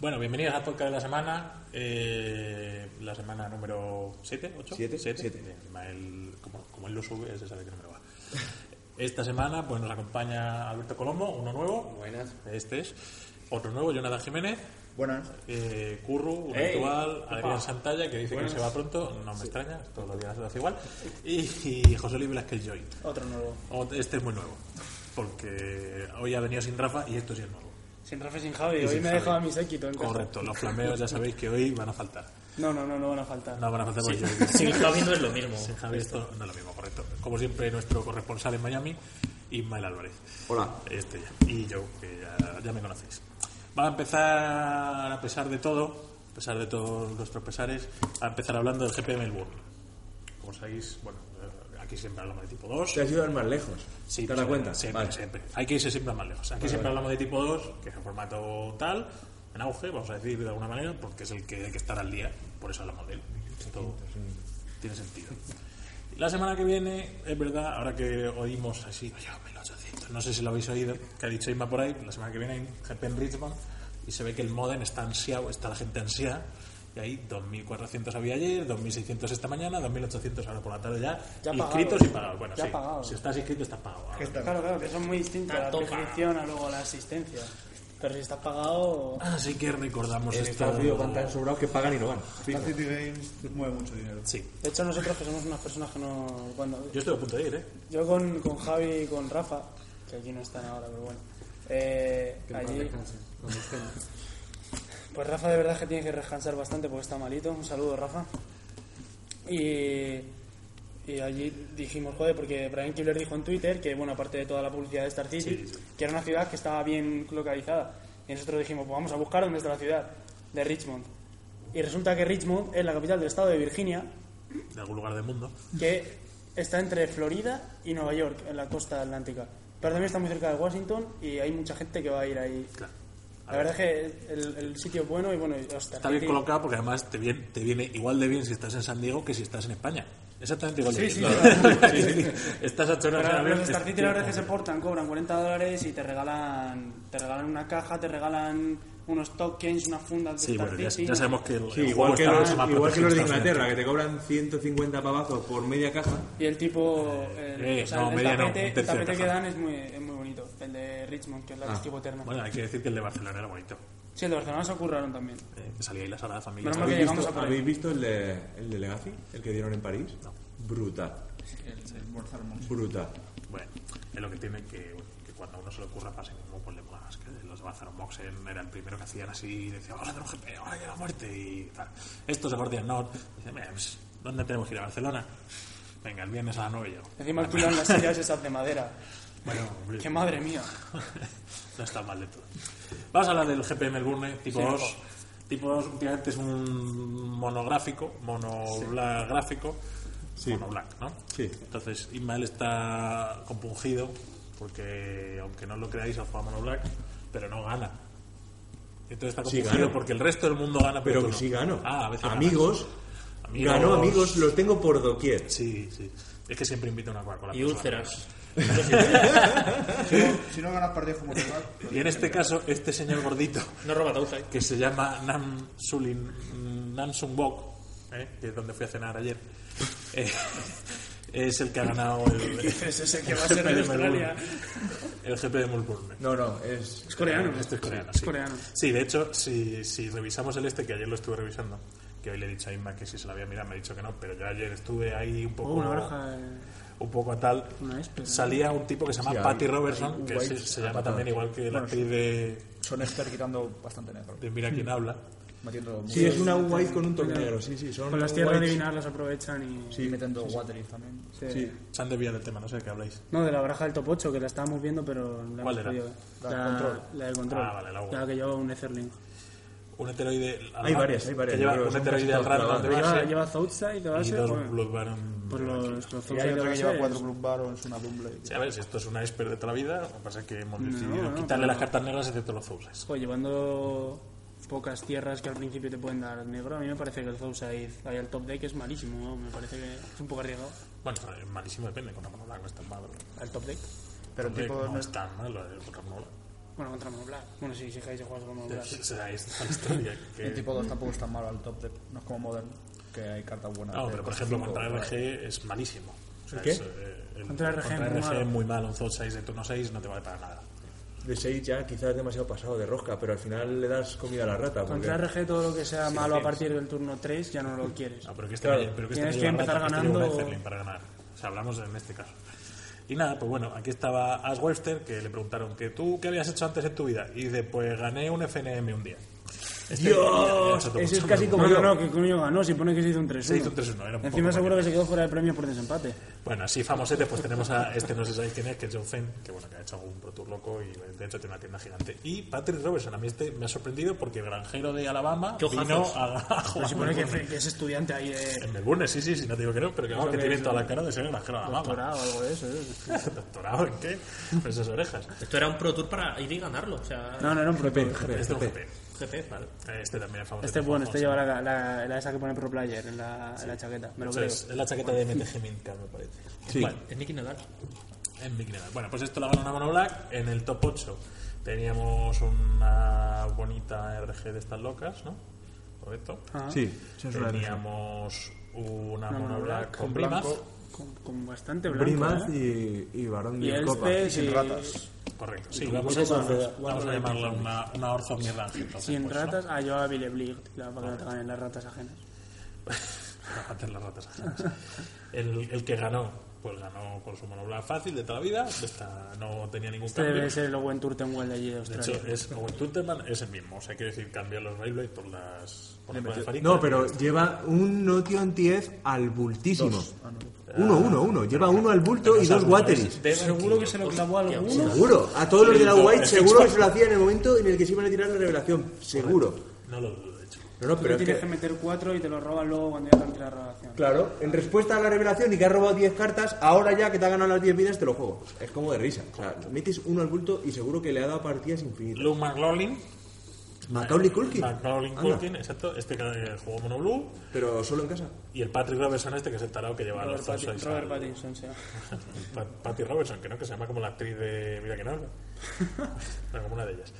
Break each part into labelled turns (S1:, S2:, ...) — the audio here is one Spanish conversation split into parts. S1: Bueno, bienvenidos a Podcast de la Semana. eh, la semana número 7, 8,
S2: Siete, siete.
S1: como, como él lo sube, él se sabe que número va. Esta semana pues nos acompaña Alberto Colombo, uno nuevo.
S3: Buenas.
S1: Este es. Otro nuevo, Jonathan Jiménez.
S2: Buenas.
S1: eh, Curru, un
S3: Ey,
S1: habitual,
S3: opa.
S1: Adrián Santalla, que dice
S3: Buenas.
S1: que se va pronto, no me extraña, todos los días hace igual, y, y José Luis Velázquez Joy.
S4: Otro nuevo.
S1: O- Este es muy nuevo, porque hoy ha venido sin Rafa y esto sí es nuevo.
S4: Sin Rafa, sin Javi.
S1: Y
S4: Hoy
S1: sin
S4: me he
S1: Javi.
S4: dejado a mi séquito en casa.
S1: Correcto, los flameos ya sabéis que hoy van a faltar.
S4: No, no, no, no van a faltar.
S1: No van a faltar porque yo-
S5: Sin Javi no es lo mismo.
S1: sin Javi esto no es lo mismo, correcto. Como siempre, nuestro corresponsal en Miami, Ismael Álvarez.
S2: Hola.
S1: Este ya. Y yo, que ya, ya me conocéis. Vamos a empezar, a pesar de todo, a pesar de todos nuestros pesares, a empezar hablando del GP de Melbourne. Como sabéis, bueno, eh, aquí siempre hablamos de tipo 2.
S2: Te has ido al más lejos.
S1: Sí,
S2: ¿Te das
S1: siempre,
S2: cuenta?
S1: Siempre,
S2: Vale.
S1: siempre. Hay que irse siempre más lejos. Aquí siempre hablamos de tipo 2, que es el formato tal, en auge, vamos a decir de alguna manera, porque es el que hay que estar al día, por eso hablamos de él. Esto tiene sentido. La semana que viene, es verdad, ahora que oímos así, oye, 1800, no sé si lo habéis oído, que ha dicho Inma por ahí, la semana que viene hay un GP en Richmond y se ve que el modem está ansiado, está la gente ansiada. Y ahí 2.400 había ayer, 2.600 esta mañana, 2.800 ahora por la tarde ya,
S4: Ya pagados.
S1: inscritos y pagados. Bueno,
S4: Ya
S1: sí,
S4: pagados.
S1: si estás inscrito estás pagado. Ahora,
S4: Claro, claro, que son muy distintas la
S5: Tanto
S4: prescripción a luego la asistencia. Pero si estás pagado,
S1: Así que recordamos
S2: En
S1: esto.
S2: Estados Unidos van tan sobrados que pagan y no van.
S6: La City Games mueve mucho dinero.
S1: Sí,
S4: de hecho nosotros que somos unas personas que no... Cuando,
S1: yo estoy a punto de ir, ¿eh?
S4: yo con, con Javi y con Rafa, que aquí no están ahora, pero bueno. Eh, allí, pues Rafa de verdad es que tiene que descansar bastante porque está malito. Un saludo, Rafa. Y, y allí dijimos, joder, porque Brian Kibler dijo en Twitter que, bueno, aparte de toda la publicidad de Star City,
S1: Sí, sí.
S4: que era una ciudad que estaba bien localizada. Y nosotros dijimos, pues vamos a buscar dónde está la ciudad de Richmond. Y resulta que Richmond es la capital del estado de Virginia,
S1: De algún lugar del mundo.
S4: que está entre Florida y Nueva York, en la costa atlántica. Pero también está muy cerca de Washington y hay mucha gente que va a ir ahí.
S1: Claro.
S4: La verdad es que el, el sitio es bueno y bueno, y, hostia,
S1: Está bien
S4: Haití-
S1: colocado porque además te viene, te viene igual de bien si estás en San Diego que si estás en España. Exactamente igual de bien. Estás a ocho horas en
S4: Pero
S1: avión,
S4: los Star
S1: te-
S4: City la verdad es que se portan, cobran 40 dólares y te regalan, te regalan una caja, te regalan unos tokens, unas fundas de
S1: Sí,
S4: Star
S1: bueno, ya,
S4: City.
S1: ya sabemos que el, el juego
S2: igual que,
S1: está
S2: los,
S1: mucho más
S2: igual que
S1: protegido
S2: los de
S1: en Estados
S2: Inglaterra, que te cobran 150 pavazos por media caja.
S4: Y el tipo, el,
S1: Eh,
S4: o sea,
S1: no,
S4: el
S1: media no,
S4: tapete,
S1: un
S4: el
S1: tercio de
S4: tapete que
S1: caja.
S4: dan es muy, es muy bonito, el de Richmond, que es la que
S2: Ah.
S4: es tipo eterna.
S1: Unidos. Bueno, hay que decir que el de Barcelona era bonito.
S4: Sí, el de Barcelona se ocurraron también.
S1: Eh, que salía ahí la sala de familia.
S4: Menos mal
S1: estaba
S4: que
S1: bien.
S4: llegamos
S2: ¿Visto-
S4: a por ahí.
S2: ¿Habéis visto el de, el de Legacy? El que dieron en París. Brutal.
S6: El, el Borsalmón.
S2: Brutal.
S1: Bueno, es lo que tiene que, bueno, que cuando a uno se le ocurra para sí mismo, pues le mola más que los de Bazar Moxen era el primero que hacían así y decía, vamos a hacer un GP, ahora que la muerte y tal. Estos de Guardian North dicen, "Mira, pues, ¿dónde tenemos que ir a Barcelona? Venga, el viernes a las 9 llego.
S4: Encima alquilan las sillas esas de madera.
S1: Bueno, hombre,
S4: ¡Qué madre mía!
S1: no está mal de todo. Vamos a hablar del GP Melbourne tipo 2. Tipo 2 últimamente es un monográfico, monográfico,
S2: Sí.
S1: monoblack, ¿no?
S2: Sí.
S1: Entonces, Ismael está compungido porque, aunque no lo creáis, ha jugado a monoblack, pero no gana. Entonces está
S2: Sí,
S1: compungido
S2: gano.
S1: porque el resto del mundo gana,
S2: Pero
S1: tú
S2: que
S1: no.
S2: sí gano.
S1: Ah, a veces ganas.
S2: amigos,
S1: Amigos.
S2: Ganó amigos, los tengo por doquier.
S1: Sí, sí. Es que siempre invita una Coca-Cola.
S5: Y
S1: por su
S5: úlceras.
S6: Si no, si no ganas partidos como rival, pues
S1: barba. Y en este caso, este señor gordito
S5: No roba tauza, ¿eh?
S1: que se llama Nam Sulin Nam Sung Bok, ¿eh? que es donde fui a cenar ayer. eh, es el que ha ganado el,
S4: Es ese que va a
S1: el
S4: ser
S1: GP
S4: de
S1: de
S4: Australia.
S1: Melbourne. El GP de Melbourne.
S2: No, no, es.
S4: Es coreano.
S1: Este es coreano, sí.
S4: coreano.
S1: Sí, de hecho, si, si revisamos el este, que ayer lo estuve revisando, que hoy le he dicho a Inma que si se lo había mirado, me ha dicho que no, pero yo ayer estuve ahí un poco,
S4: Oh, una oreja. eh.
S1: un poco a tal.
S4: Una espera.
S1: Salía un tipo que se llama
S2: Sí, hay-
S1: Patty
S2: hay
S1: Robertson,
S2: un
S1: que
S2: white
S1: se, se
S2: a
S1: llama
S2: patadas.
S1: también igual que la
S6: Bueno,
S1: actriz de,
S6: son estar este quitando bastante negro.
S1: de Mira
S4: Mm.
S1: quién habla.
S6: Metiendo
S2: Sí, es una white con un toque negro. Sí, sí, son.
S4: Con las tierras
S2: whites.
S4: divinas las aprovechan y...
S6: Sí, metiendo wateries también.
S4: se-
S2: Sí.
S1: Se han desviado del tema, no sé de qué habláis.
S4: No, de la baraja del top 8, que la estábamos viendo, pero la
S1: ¿Cuál
S4: hemos
S1: era?
S4: podido ver.
S6: La del control.
S4: La del control.
S1: Ah, vale, la uno.
S4: La que lleva un Etherlink.
S1: un heteroide. al
S2: Hay
S1: ra-
S2: varias, hay varias,
S1: Que
S2: yo
S1: lleva
S2: creo que
S1: un
S2: son
S1: heteroide al
S2: casi todas
S1: random de
S4: Lleva,
S1: base
S4: lleva Southside de
S1: Ah, y
S4: base.
S1: dos
S4: bueno,
S1: Blood Baron.
S4: Pues los, los
S6: Y hay
S4: Southside de
S6: otra que
S4: base
S6: lleva
S4: es-
S6: cuatro Blood Barons, una Dumble.
S1: Sí, a ver, si esto es una expert de toda la vida, lo que pasa es que hemos
S4: No,
S1: decidido
S4: no,
S1: quitarle
S4: pero-
S1: las cartas negras excepto los Zousas.
S4: Joder, llevando pocas tierras que al principio te pueden dar negro, a mí me parece que el Southside ahí al top deck es malísimo. ¿no? Me parece que es un poco arriesgado.
S1: Bueno, es malísimo, depende, con Ramón Blanco es tan malo.
S4: Al top deck.
S6: Pero el tipo
S1: no
S6: no
S1: es
S6: es-
S1: tan malo, eh, con Ramón Blanco.
S4: Bueno, contra Monoblack. Bueno, sí, si Hayes juega con
S1: O
S4: Monoblac.
S1: sea, esta es la historia. que-
S3: El tipo 2 tampoco es tan malo al top, de, no es como Modern, que hay cartas buenas.
S6: Ah,
S1: No,
S3: de
S1: pero por
S3: coste
S1: ejemplo,
S3: cinco,
S1: contra
S3: ¿verdad?
S1: RG es malísimo. O sea,
S2: ¿El qué?
S1: es, eh, el-
S4: Contra RG muy
S1: es
S4: malo.
S1: muy malo. Un Zod 6 de turno 6 no te vale para nada.
S2: De 6 ya quizás demasiado pasado de rosca, pero al final le das comida a la rata. porque-
S4: Contra RG todo lo que sea malo a partir del turno 3 ya no lo quieres.
S1: No, pero que este
S2: Claro.
S1: me- pero que este
S4: Tienes
S1: me
S4: que
S1: lleva
S4: empezar
S1: rata, este lleva un
S4: ganando-
S1: Efferling para ganar. O sea, hablamos en este caso. Y nada, pues bueno, aquí estaba Ash Webster, que le preguntaron que tú qué habías hecho antes en tu vida. Y dice, pues gané un FNM un día.
S2: ¡Dios!
S1: Este-
S2: Eso es casi como
S4: No,
S2: yo.
S4: no, no, que coño ganó, si pone que se hizo un 3-1.
S1: Se hizo un 3-1, era un
S4: Encima
S1: poco
S4: seguro
S1: mañana.
S4: que se quedó fuera de premios por desempate.
S1: Bueno, así famosete, pues tenemos a este, no sé si sabéis quién es, que es John Fenn, que bueno, que ha hecho algún Pro Tour loco y de hecho tiene una tienda gigante. Y Patrick Robertson, a mí este me ha sorprendido porque el granjero de Alabama
S5: Qué
S1: vino
S5: ojazos.
S1: a, a jugar
S4: Pero si pone
S1: en
S4: que,
S1: Melbourne.
S4: que es estudiante ahí de
S1: En Melbourne, sí, sí, sí, no te digo que no, pero que, vamos, que
S4: que
S1: tiene
S4: es
S1: toda la cara de ser el granjero de Alabama.
S4: doctorado o algo de eso. ¿eh?
S1: ¿Doctorado en qué? Con esas orejas.
S5: Esto era un Pro Tour para ir y ganarlo. O sea,
S4: No, no, era un pro tour.
S1: Este es un GP.
S5: GP, vale.
S1: Este también es famoso.
S4: Este es bueno, este lleva la, la, la esa que pone Pro Player en la, en la chaqueta, me lo creo.
S1: Es la chaqueta de MTG Minka, me parece.
S2: Sí.
S1: Bueno,
S5: Es Nicky Nadal.
S1: en Big Nether. Bueno, pues esto la ganó una Mono Black. En el top 8 teníamos una bonita RG de estas locas, ¿no? Correcto.
S4: Ah,
S2: Sí, eso es una RG.
S1: Teníamos una
S4: Una
S1: Mono
S4: Mono
S1: Black
S4: Black
S1: con Primaz.
S2: blanco,
S4: Con, con bastante blanco.
S2: Primaz
S4: ¿eh?
S2: y, y varón de
S4: Y
S2: copa.
S4: este
S2: Sí,
S4: sin
S6: ratas.
S1: Correcto. Sí, vamos a, vamos a llamarla una, una Orzo Mirrangel.
S4: Sin ratas, ah, yo a Billy Blick, la- para que no te ganen las ratas ajenas.
S1: Aparte de las ratas ajenas. El, el que ganó, pues ganó con su monoblack fácil de toda la vida. Esta no tenía ningún
S4: Este
S1: cambio.
S4: debe ser el Owen Turtenwell de allí de
S1: De
S4: Australia.
S1: hecho, es, Owen Tunteman es el mismo. O sea, quiero decir, cambió los Beyblade por las. Por las cuerdas faringe.
S2: No, pero lleva un Notio anti-F al bultísimo. Uno, uno, uno. Lleva uno al bulto y dos wateris.
S4: Seguro que se lo clavó a alguno.
S2: Seguro. A todos los de la
S1: Sí,
S2: White
S1: es
S2: seguro que se lo hacía en el momento en el que se iban a tirar la revelación. Seguro.
S1: No lo dudo, de hecho.
S2: No, no,
S4: Tú
S2: pero
S4: te
S2: es
S4: tienes que...
S2: que...
S4: meter cuatro y te lo roban luego cuando ya te han tirado la relación.
S2: Claro, en respuesta a la revelación y que has robado 10 cartas, ahora ya que te ha ganado las 10 vidas te lo juego. Es como de risa. O sea, metes uno al bulto y seguro que le ha dado partidas infinitas.
S1: Luke McLaughlin.
S2: Macaulay Culkin.
S1: Macaulay
S2: Anda.
S1: Culkin, exacto. Este que jugó Mono Blue.
S2: Pero solo en casa.
S1: Y el Patrick Robertson, este que es el tarado que lleva a
S4: Robert,
S1: los
S4: Patti-
S1: Thousand
S4: Robert
S1: al-
S4: Pattinson, sí.
S1: Pa- Patty Robertson, que no, que se llama como la actriz de Vida que no habla. No, como una de ellas.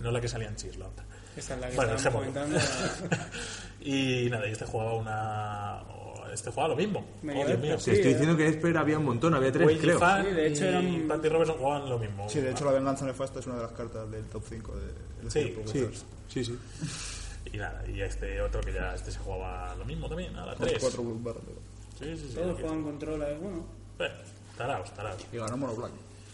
S1: No la que salía en Chis, la otra.
S4: Esta es la que
S1: Bueno,
S4: estábamos
S1: dejémoslo.
S4: comentando.
S1: y nada, y este jugaba una. o- Este jugaba lo mismo.
S4: Me
S1: Oh, Dios
S4: llevé
S1: mío.
S4: el
S2: Te
S4: Sí,
S2: estoy
S4: eh.
S2: diciendo que Esper había un montón, había tres,
S1: Wade
S2: creo.
S1: Fan
S4: Sí, de hecho eran-
S1: y Patty Robertson jugaban lo mismo.
S6: Sí, de hecho, la venganza nefasta es una de las cartas del pues, top 5 de
S1: Sí, pues
S6: Elegir
S2: Sí,
S6: Profesores.
S2: sí, sí.
S1: Y nada, y este otro que ya este se jugaba lo mismo también, a la
S6: Con
S1: 3.
S6: cuatro Blue Barrel.
S1: Sí, sí, sí.
S4: Todos juegan control a alguno.
S1: Bueno, taraos, taraos.
S6: Y ganó Mono Black.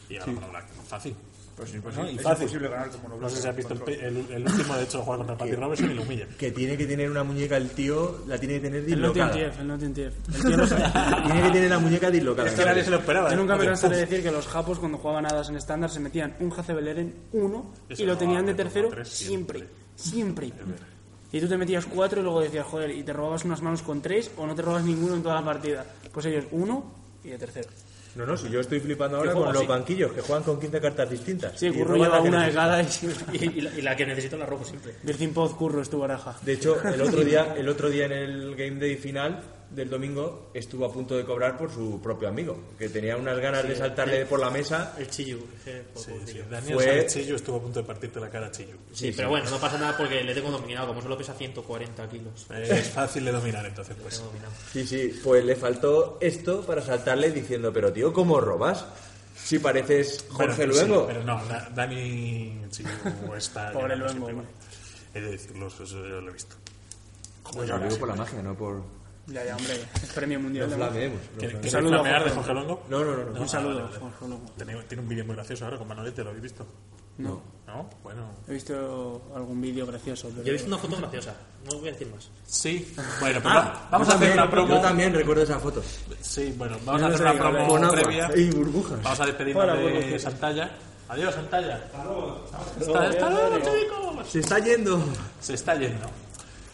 S1: Eh, Y ahora Mono Black, fácil.
S6: Pero es imposible,
S1: y
S6: es
S1: fácil.
S6: imposible ganar con Mono
S1: No
S6: Black.
S1: sé si has visto el, pe- el, el último, de hecho, juega contra Patty Robertson y lo humilla.
S2: Que tiene que tener una muñeca el tío, la tiene que tener
S4: El Notting
S2: dislocada.
S4: Tief, el Notting Tief. El tío no sabe-
S2: Tiene que tener la muñeca dislocada.
S1: Es que nadie se lo esperaba.
S4: Yo
S1: ¿eh?
S4: nunca me
S1: Porque,
S4: cansaré de
S1: ¡pum!
S4: decir que los japos cuando jugaban hadas en estándar se metían un Hace Beleren 1
S1: Eso
S4: y lo
S1: no,
S4: tenían de
S1: de turno
S4: tercero
S1: tres
S4: siempre, siempre. Y tú te metías cuatro y luego decías, joder, y te robabas unas manos con tres o no te robas ninguno en toda la partida. Pues ellos uno y de tercero.
S2: No, no, si yo estoy flipando ahora
S5: Yo
S2: con
S5: juego
S2: los
S5: así.
S2: banquillos que juegan con 15 cartas distintas.
S4: Sí,
S2: Y
S4: Curro
S2: roban
S4: lleva
S2: la que
S4: una de
S2: necesita.
S4: cada y...
S5: Y, y la, y la que necesito la robo siempre.
S4: Virgin Pod Curro es tu baraja.
S2: De hecho, el otro día, el otro día en el game day final del domingo estuvo a punto de cobrar por su propio amigo, que tenía unas ganas de saltarle por la mesa.
S5: El Chiyu. ese
S1: Sí,
S5: juego
S1: sí,
S5: sencillo.
S1: Daniel
S2: Fue-
S1: Sánchez Chillo estuvo a punto de partirte la cara a Chillo.
S5: Sí, pero bueno, no pasa nada porque le tengo dominado. Como solo pesa 140 kilos.
S1: Eh, Es fácil de dominar, entonces, pues.
S5: Tengo dominado.
S2: Sí, sí, pues le faltó esto para saltarle diciendo, pero tío, ¿cómo robas? Si pareces Jorge
S1: Pero,
S2: Luengo.
S1: sí, pero no, Da- Dani Chillo está. llamando
S4: Pobre Luengo,
S1: siempre mal.
S4: hombre.
S1: He de decirlo, eso yo lo he visto.
S2: Bueno, lo digo por la magia, no por...
S4: Ya, ya, hombre, es premio mundial.
S2: No
S4: además.
S2: flameemos.
S1: ¿Quieres
S4: Un saludo a
S1: flamear de
S4: Jorge
S1: Jorge Luengo?
S2: No, no, no, no.
S4: Un saludo,
S1: vale, vale.
S4: Jorge Luengo.
S1: Tiene, tiene un vídeo muy gracioso ahora con Manolete, ¿lo habéis visto?
S4: No,
S1: ¿No? Bueno.
S4: he visto algún vídeo gracioso. pero-
S5: Yo he visto una foto graciosa. No voy a decir más.
S1: Sí. Bueno, pues va- vamos
S2: Ah,
S1: a
S2: Yo
S1: hacer
S2: también-
S1: una
S2: Yo
S1: promo.
S2: también recuerdo esa foto.
S1: Sí, bueno, vamos a
S2: Yo
S1: hacer
S2: no
S1: una
S2: sé,
S1: promo
S2: con agua
S1: previa.
S2: Y burbujas.
S1: Vamos a despedirnos
S4: Hola, buenos
S1: de
S4: días.
S1: Santalla. Adiós, Santalla. Hasta luego. Hasta luego, chicos.
S2: Se está yendo.
S1: Se está yendo.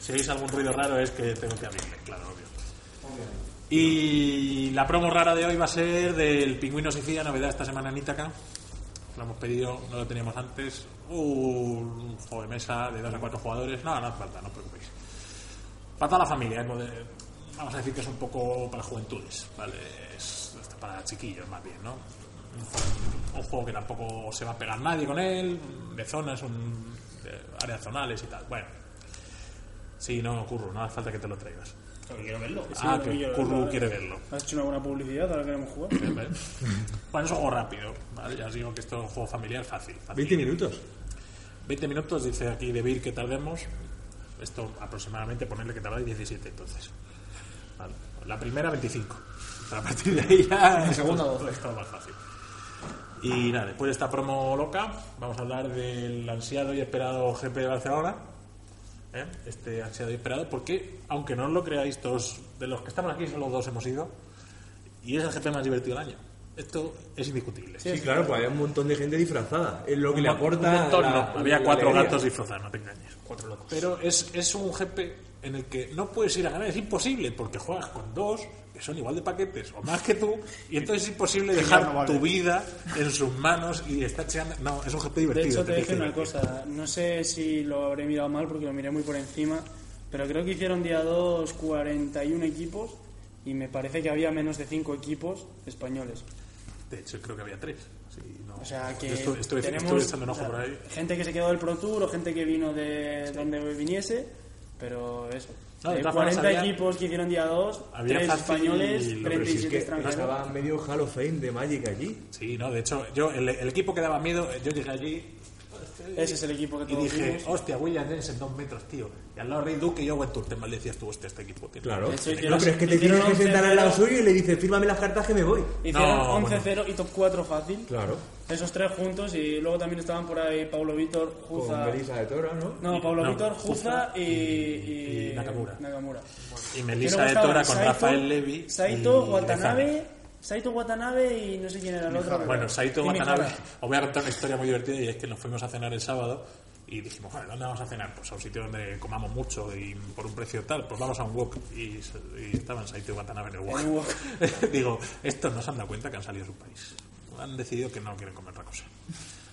S1: Si oís algún ruido raro es que tengo que abrirle, claro, obvio. Y la promo rara de hoy va a ser del Pingüino se fía, novedad esta semana en Ítaca. Lo hemos pedido, no lo teníamos antes. Un juego de mesa de dos a cuatro jugadores. No, no hace falta, no os preocupéis. Para toda la familia, es moder- vamos a decir que es un poco para juventudes, ¿vale? Es, está para chiquillos más bien, ¿no? Un juego- un juego que tampoco se va a pegar nadie con él, de zonas, un, de áreas zonales y tal. Bueno, sí, no, Curru, no hace falta que te lo traigas.
S5: quiero verlo.
S1: ah,
S4: lo
S1: que
S4: pillo,
S1: Curru
S4: vale.
S1: quiere verlo.
S4: Has hecho una buena publicidad, ahora queremos jugar.
S1: Bueno, es un juego rápido, ¿vale? Ya os digo que esto es un juego familiar fácil. fácil.
S2: 20 minutos.
S1: 20 minutos, dice aquí de Bill que tardemos. Esto aproximadamente, ponerle que tardáis 17 entonces. Vale. La primera 25. A partir de ahí ya la
S6: segunda,
S1: más fácil. Y nada, después de esta promo loca, vamos a hablar del ansiado y esperado GP de Barcelona. ¿eh? Este ansiado y esperado, porque aunque no os lo creáis, todos de los que estamos aquí, solo dos hemos ido. Y es el GP más divertido del año. Esto es indiscutible.
S2: Sí, claro, pues había un montón de gente disfrazada. Es lo que le
S1: Un
S2: aporta.
S1: montón,
S2: la-
S1: no. Había
S2: la
S1: cuatro
S2: alegría.
S1: gatos disfrazados, no te engañes. Cuatro locos. Pero es, es un GP en el que no puedes ir a ganar, es imposible, porque juegas con dos que son igual de paquetes o más que tú, y entonces es imposible dejar
S6: no vale.
S1: tu vida en sus manos y estar cheando. No, es un GP divertido.
S4: De hecho, te
S1: tienes que
S4: dije una
S1: divertir.
S4: cosa. No sé si lo habré mirado mal porque lo miré muy por encima, pero creo que hicieron día 2 41 equipos y me parece que había menos de 5 equipos españoles.
S1: De hecho, creo que había tres. Sí, no.
S4: O sea que
S1: Yo estuve, estuve-
S4: tenemos
S1: estuve echando un
S4: o
S1: ojo
S4: sea,
S1: por ahí.
S4: gente que se quedó del Pro Tour o gente que vino de donde viniese, pero eso.
S1: No, de
S4: Eh,
S1: todas
S4: 40
S1: formas, había-
S4: equipos que hicieron día 2,
S1: Había
S4: 3
S1: fácil- lo
S4: españoles,
S1: que sí es
S4: 37
S2: Que
S4: extranjeros.
S2: estaba medio Hall of Fame de Magic allí.
S1: Sí, no, de hecho, yo, el, el equipo que daba miedo, eh, yo llegué allí
S4: Ese es el equipo que
S1: Y
S4: todos
S1: dije,
S4: vimos.
S1: hostia, William Jensen, dos metros, tío. Y al lado Rey Duque y yo, Owen Turk, te maldecías tú, hostia, este equipo. tío.
S2: Claro.
S4: De hecho,
S2: no,
S4: hicieron-
S2: pero es que te
S4: hicieron
S2: tienes que sentar al lado
S4: 11-0.
S2: suyo y le dices, fírmame las cartas que me voy.
S4: Hicieron
S1: No,
S4: 11-0 y top 4 fácil.
S2: Claro.
S4: Esos tres juntos y luego también estaban por ahí Pablo Vítor,
S2: Con
S4: Juza.
S2: Belisa de Toro, ¿no?
S4: No, Pablo
S1: No,
S4: Vítor, Juza y, y-
S1: y Nakamura. Y
S4: Y
S1: Melissa
S4: luego
S1: de
S4: estaban
S1: Tora con
S4: Saito-
S1: Rafael Levy.
S4: Saito,
S1: y Lezana.
S4: Watanabe. Saito Watanabe y no sé quién era el otro.
S1: Bueno, Saito
S4: Y
S1: Watanabe,
S4: Mihara.
S1: os voy a contar una historia muy divertida y es que nos fuimos a cenar el sábado y dijimos, "Joder, ¿dónde vamos a cenar? Pues a un sitio donde comamos mucho y por un precio tal, pues vamos a un wok. Y, s- y estaban Saito y Watanabe en el wok.
S4: En un wok.
S1: Digo, estos no se han dado cuenta que han salido de su país. Han decidido que no quieren comer otra cosa.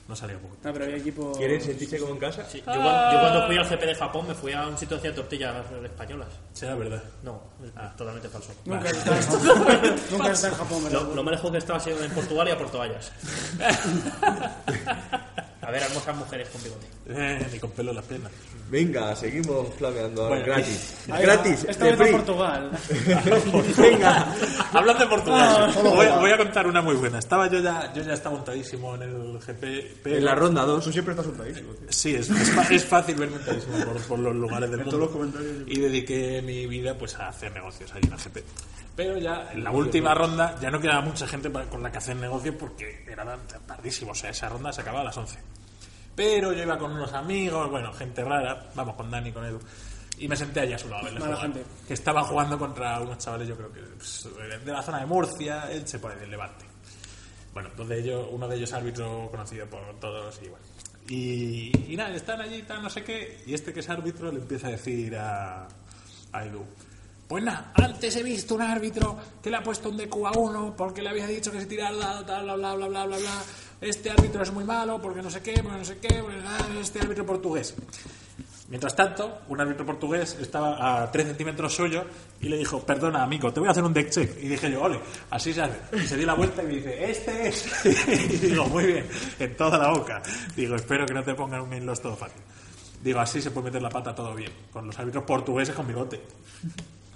S1: No salía poco.
S4: No, pero había equipo.
S2: ¿Quieren sentirse como en casa?
S5: Sí, yo,
S4: Ah.
S5: cuan- yo cuando fui al GP de Japón me fui a un sitio que hacía tortillas españolas.
S1: Será verdad.
S5: No, totalmente falso.
S4: Nunca está en Japón. Nunca está en Japón, ¿verdad?
S5: Lo, lo más lejos que estaba ha sido en Portugal y a Porto Vallas. a ver, hermosas mujeres con bigote.
S1: Eh, ni con pelo en las piernas.
S2: Venga, seguimos flameando ahora.
S1: Bueno,
S2: gratis.
S4: Ahí va.
S2: gratis.
S4: Esta
S2: de
S4: vez a
S2: free.
S4: Portugal.
S2: Venga.
S1: Hablando Pues de
S4: Ah,
S1: Portugal, voy, voy a contar una muy buena. Estaba yo ya, yo ya estaba montadísimo en el GP. pero-
S2: En la ronda
S6: Tú
S2: 2.
S6: siempre estás untadísimo, tío.
S1: Sí, es, es, fa- es fácil verme montadísimo por, por los lugares del
S6: En
S1: mundo.
S6: todos los comentarios yo-
S1: Y dediqué mi vida pues a hacer negocios ahí en el GP. Pero ya en la última ronda ya no quedaba mucha gente para- con la que hacer negocio porque era tardísimo. O sea, esa ronda se acababa a las 11. Pero yo iba con unos amigos, bueno, gente rara, vamos con Dani, con Edu. Y me senté allá a su lado a verles
S4: Mala
S1: jugar,
S4: gente.
S1: Que estaba jugando contra unos chavales, yo creo que pues, de la zona de Murcia, Elche, por ahí, del Levante. Bueno, dos de ellos, uno de ellos árbitro conocido por todos y bueno. Y, y nada, están allí, tal, no sé qué. Y este que es árbitro le empieza a decir a, a Edu. Pues nada, antes he visto un árbitro que le ha puesto un DQ a uno porque le había dicho que se tirara al lado, tal, bla, bla, bla, bla, bla, bla. Este árbitro es muy malo porque no sé qué, porque no sé qué, porque, ah, este árbitro portugués. Mientras tanto, un árbitro portugués estaba a 3 centímetros suyo y le dijo, perdona amigo, te voy a hacer un deck check. Y dije yo, ole, así se hace. Y se dio la vuelta y me dice, este es. y digo, muy bien, en toda la boca. Digo, espero que no te pongan un inlos todo fácil. Digo, así se puede meter la pata todo bien, con los árbitros portugueses con bigote.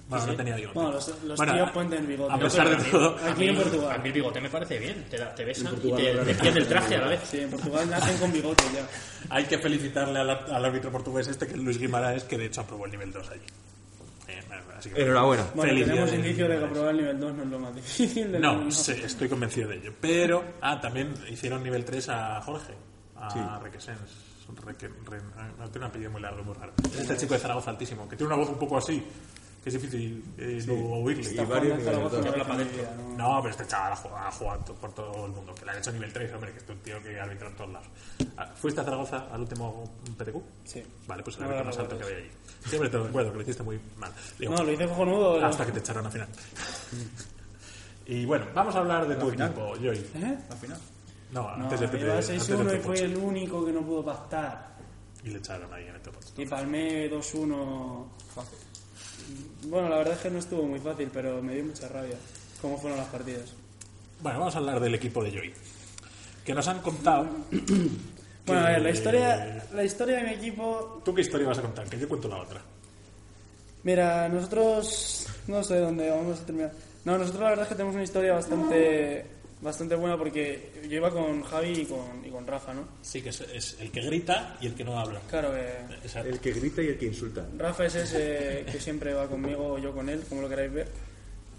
S1: Bueno, no tenía bigote.
S4: Bueno, los- los tíos pueden tener bigote.
S1: A pesar de todo,
S4: Aquí en
S5: A mí
S4: Portugal.
S5: el bigote me parece bien. Te, da- te besan y te desvías del traje a la vez.
S4: Sí, en Portugal nacen con bigote ya.
S1: Hay que felicitarle al, al árbitro portugués este, que es Luis Guimaraes, que de hecho aprobó el nivel 2 allí. Eh, así que-
S2: Enhorabuena.
S4: Bueno,
S1: Felicidades.
S4: tenemos indicios de que aprobar el nivel 2 no es lo más difícil. del
S1: No,
S4: mundo.
S1: sí, estoy convencido de ello. Pero, ah, también hicieron nivel 3 a Jorge, a Requesens. Reque- Re- no, tiene un apellido muy largo, muy raro. Este chico de Zaragoza altísimo, que tiene una voz un poco así, que es difícil eh, luego oírle.
S2: Y varios
S4: Juan Zaragoza no
S2: niveles,
S5: habla
S4: deja
S5: para
S4: ni
S5: dentro.
S4: idea, ¿no?
S1: No, pero este chaval ha jugado, ha jugado por todo el mundo, que le han hecho nivel 3, hombre, que es un tío que arbitra en todos lados. Ah, ¿Fuiste a Zaragoza al último PTQ?
S4: Sí.
S1: Vale, pues el
S4: No
S1: árbitro
S4: lo
S1: más alto que
S4: recuerdo.
S1: había allí. Siempre te lo recuerdo, que lo hiciste muy mal. Digo,
S4: No, lo hice cojonudo.
S1: hasta que te echaron al final. y bueno, vamos a hablar de tu equipo, Joy.
S4: ¿Eh?
S6: Al final.
S1: No,
S4: No,
S1: antes de
S4: iba
S1: antes de
S4: 6-1 y
S1: Triple
S4: fue
S1: H.
S4: el único que no pudo pactar.
S1: Y le echaron ahí en el topo.
S4: Y palmé 2-1. Bueno, la verdad es que no estuvo muy fácil, pero me dio mucha rabia. ¿Cómo fueron las partidas?
S1: Bueno, vamos a hablar del equipo de Joy. que nos han contado.
S4: Bueno, a ver, la
S1: que-
S4: historia, la historia de mi equipo
S1: ¿Tú qué historia vas a contar? Que yo cuento la otra.
S4: Mira, nosotros no sé dónde vamos a terminar. No, nosotros la verdad es que tenemos una historia bastante bastante buena porque yo iba con Javi y con, y con Rafa, ¿no?
S1: Sí, que es, es el que grita y el que no habla.
S4: Claro que
S1: Exacto.
S2: El que grita y el que insulta.
S4: Eh, Rafa es ese que siempre va conmigo o yo con él, como lo queráis ver.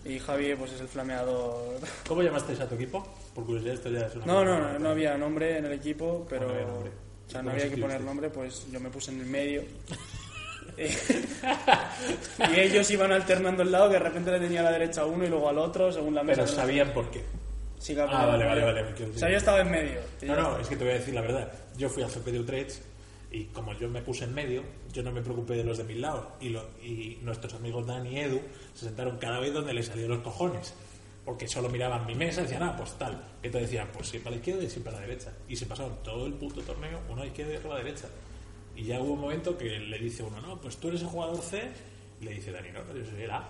S4: Y Javi pues es el flameador.
S1: ¿Cómo llamasteis a tu equipo? Por curiosidad, esto ya es una...
S4: No, no, no, no había nombre en el equipo, pero
S1: No había nombre.
S4: o sea,
S1: ¿Cómo
S4: no
S1: se
S4: había que
S1: escribe
S4: poner
S1: este?
S4: nombre, pues yo me puse en el medio. Eh, y ellos iban alternando el lado, que de repente le tenía a la derecha a uno y luego al otro, según la mesa.
S1: Pero sabían por qué.
S4: Sí, claro,
S1: Ah,
S4: claro.
S1: vale, vale, vale, quiero
S4: O sea,
S1: decir.
S4: yo estaba en medio. Y
S1: No,
S4: ya
S1: no,
S4: está.
S1: es que te voy a decir la verdad. Yo fui al GP de Utrecht y como yo me puse en medio, yo no me preocupé de los de mis lados. Y, lo- y nuestros amigos Dan y Edu se sentaron cada vez donde les salían los cojones. Porque solo miraban mi mesa y decían, ah, pues tal. Y te decían, pues sí para la izquierda y sí para la derecha. Y se pasaron todo el puto torneo, uno a la izquierda y otro a la derecha. Y ya hubo un momento que le dice uno, no, pues tú eres el jugador C. Y le dice Dani, no, no, yo soy el A.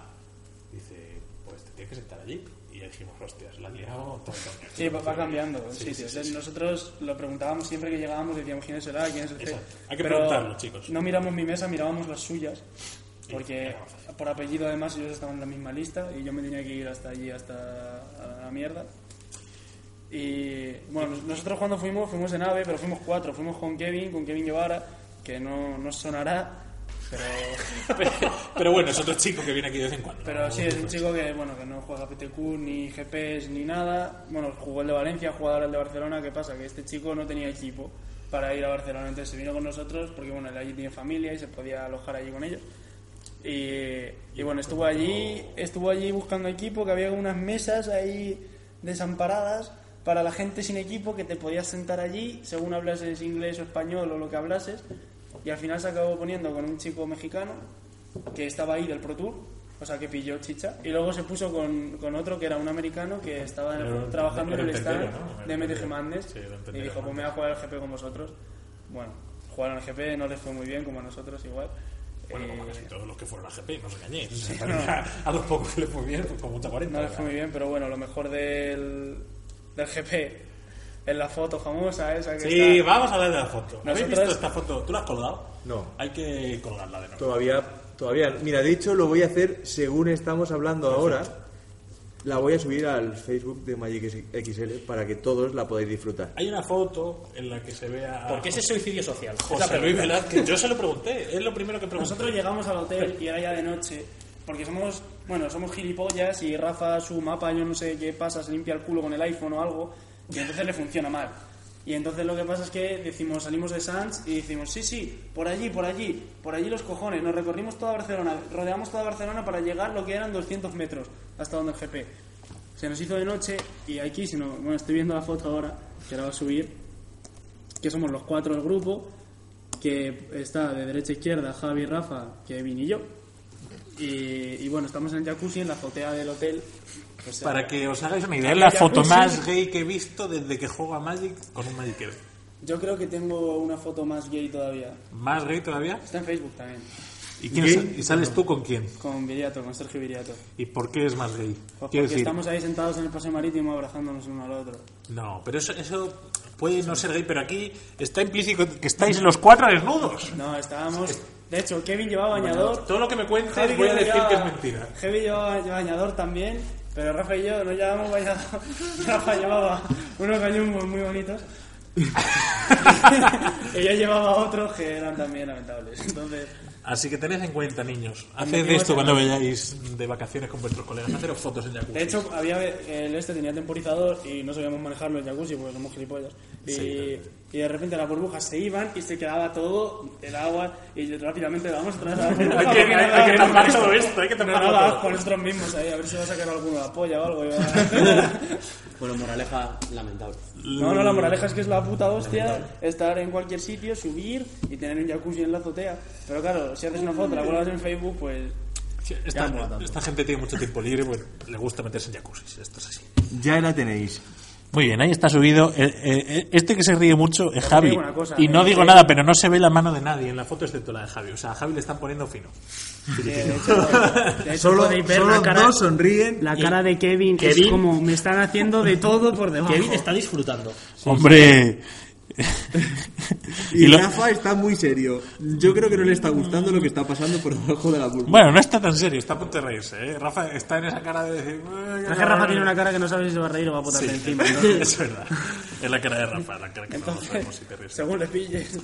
S1: Dice, pues te tienes que sentar allí. Y ya dijimos, hostias, la liamos todo el torneo".
S4: Sí, va, va cambiando el
S1: Sí, sí,
S4: sitio.
S1: sí,
S4: Entonces,
S1: sí.
S4: Nosotros lo preguntábamos siempre que llegábamos, decíamos quién es el A, quién es el C.
S1: Exacto. Hay que
S4: Pero
S1: preguntarlo, chicos.
S4: No miramos mi mesa, mirábamos las suyas. Porque
S1: era más fácil.
S4: por apellido, además, ellos estaban en la misma lista y yo me tenía que ir hasta allí, hasta a la mierda. Y bueno, nos- nosotros cuando fuimos, fuimos en AVE, pero fuimos cuatro. Fuimos con Kevin, con Kevin Guevara, que no, no sonará, pero.
S1: pero, pero bueno, es otro chico que viene aquí de vez en cuando. Pues,
S4: Pero sí, es un chico que, bueno, que no juega PTQ, ni GPS, ni nada. Bueno, jugó el de Valencia, jugó ahora el de Barcelona. ¿Qué pasa? Que este chico no tenía equipo para ir a Barcelona. Entonces se vino con nosotros porque, bueno, él allí tiene familia y se podía alojar allí con ellos. Y, y bueno, estuvo allí, estuvo allí buscando equipo, que había unas mesas ahí desamparadas para la gente sin equipo que te podías sentar allí según hablases inglés o español o lo que hablases. Y al final se acabó poniendo con un chico mexicano que estaba ahí del Pro Tour, o sea que pilló chicha. Y luego se puso con, con otro que era un americano que estaba
S1: Era un-
S4: trabajando
S1: era
S4: en el
S1: un tendero,
S4: stand
S1: ¿no?
S4: de
S1: Era un
S4: MTG
S1: tendero.
S4: Madness.
S1: Sí, era un
S4: y
S1: tendero
S4: dijo, pues me voy a jugar al GP con vosotros. Bueno, jugaron al GP, no les fue muy bien como a nosotros igual.
S1: Bueno, como
S4: Eh,
S1: casi todos los que fueron a GP, no os engañéis. A los pocos que le fue bien, pues como mucha 40.
S4: No les fue muy bien, pero bueno, lo mejor del, del GP es la foto famosa esa que
S1: Sí,
S4: está...
S1: vamos a hablar de la foto. ¿Habéis
S4: Nosotros-
S1: visto esta foto? ¿Tú la has colgado?
S2: No.
S1: Hay que colgarla de nuevo.
S2: Todavía, todavía. Mira, de hecho lo voy a hacer según estamos hablando ahora. La voy a subir al Facebook de Magic XL para que todos la podáis disfrutar.
S1: Hay una foto en la que se ve a.
S5: ¿Por qué ese suicidio social? Es la
S1: José Luis
S5: pregunta.
S1: Velázquez? Yo se lo pregunté, es lo primero que pregunté.
S4: Nosotros llegamos al hotel y era ya de noche, porque somos, bueno, somos gilipollas y Rafa su mapa, yo no sé qué pasa, se limpia el culo con el iPhone o algo, y entonces le funciona mal. Y entonces lo que pasa es que decimos, salimos de Sanz y decimos, sí, sí, por allí, por allí, por allí los cojones, nos recorrimos toda Barcelona, rodeamos toda Barcelona para llegar lo que eran 200 metros hasta donde el GP. Se nos hizo de noche y aquí, si no, bueno, estoy viendo la foto ahora, que la va a subir, que somos los cuatro del grupo, que está de derecha a izquierda Javi, Rafa, Kevin y yo. Y, y bueno, estamos en el jacuzzi, en la azotea del hotel. O sea,
S1: Para que os hagáis una idea, es la
S4: Ya,
S1: foto
S4: sí.
S1: más gay que he visto desde que juego a Magic con un Magicero.
S4: Yo creo que tengo una foto más gay todavía.
S1: ¿Más gay todavía?
S4: Está en Facebook también,
S1: ¿Y, quién
S2: ¿Gay?
S1: es- y sales tú con quién?
S4: con Viriato, con Sergio Viriato. Pues
S1: ¿Y por qué es más gay?
S4: porque estamos ahí sentados en el paseo marítimo abrazándonos uno al otro.
S1: No, pero eso, eso puede no ser gay, pero aquí está implícito que estáis los cuatro desnudos.
S4: No, estábamos... De hecho, Kevin llevaba bañador.
S1: Todo lo que me
S4: Javi
S1: cuentes voy a decir
S4: llevaba-
S1: que es mentira.
S4: Javi llevaba bañador también, pero Rafa y yo no llevábamos bañador. Rafa llevaba unos cañumbos muy bonitos. y yo llevaba otros que eran también lamentables. Entonces,
S1: Así que tened en cuenta, niños. Haced
S4: venimos
S1: esto
S4: en-
S1: cuando vayáis de vacaciones con vuestros colegas. Haceros fotos en jacuzzi.
S4: de hecho, había el este tenía temporizador y no sabíamos manejarlo en jacuzzi porque somos gilipollas. Y,
S1: Sí, claro.
S4: y de repente las burbujas se iban y se quedaba todo el agua y rápidamente dábamos otra vez a la burbuja.
S1: hay que,
S4: porque no
S1: hay- hay
S4: daba-
S1: que tapar todo esto, hay que
S4: no
S1: taparlo
S4: daba
S1: todo.
S4: con nosotros mismos ahí, a ver si va a sacar alguno la polla o algo. y va a-
S7: Bueno, moraleja lamentable.
S4: No,
S5: Mm.
S4: no, la moraleja es que es la puta hostia estar en cualquier sitio, subir y tener un jacuzzi en la azotea. Pero claro, si haces una foto, la cuelgas en Facebook, pues.
S3: Ya,
S1: Sí,
S3: bueno,
S1: Esta,
S3: tanto.
S1: pues, esta gente tiene mucho tiempo libre, bueno, le gusta meterse en jacuzzi. Esto es así.
S2: Ya la tenéis.
S1: Muy bien, ahí está subido. Eh, eh, eh, este que se ríe mucho es Javi.
S4: digo una cosa,
S1: y no
S4: eh,
S1: digo
S4: eh,
S1: nada, pero no se ve la mano de nadie en la foto excepto la de Javi. O sea, a Javi le están poniendo fino.
S4: Que, de hecho, pues, de hecho,
S2: Solo,
S4: podéis ver
S2: solo
S4: la cara,
S2: dos sonríen.
S4: la
S5: Y-
S4: cara de Kevin, es
S5: Kevin-
S4: como me están haciendo de todo por debajo.
S5: Kevin está disfrutando.
S1: Hombre.
S2: Y,
S1: Y lo-
S2: Rafa está muy serio. Yo creo que no le está gustando lo que está pasando por debajo de la burbuja.
S1: Bueno, no está tan serio, está a punto de reírse. ¿eh? Rafa está en esa cara de decir.
S4: Es que Rafa tiene una cara que no sabe si se va a reír o va a botarse
S1: Sí,
S4: encima. entonces-
S1: es verdad. Es la cara de Rafa, la cara que no sabemos si te ríes.
S4: según le pilles.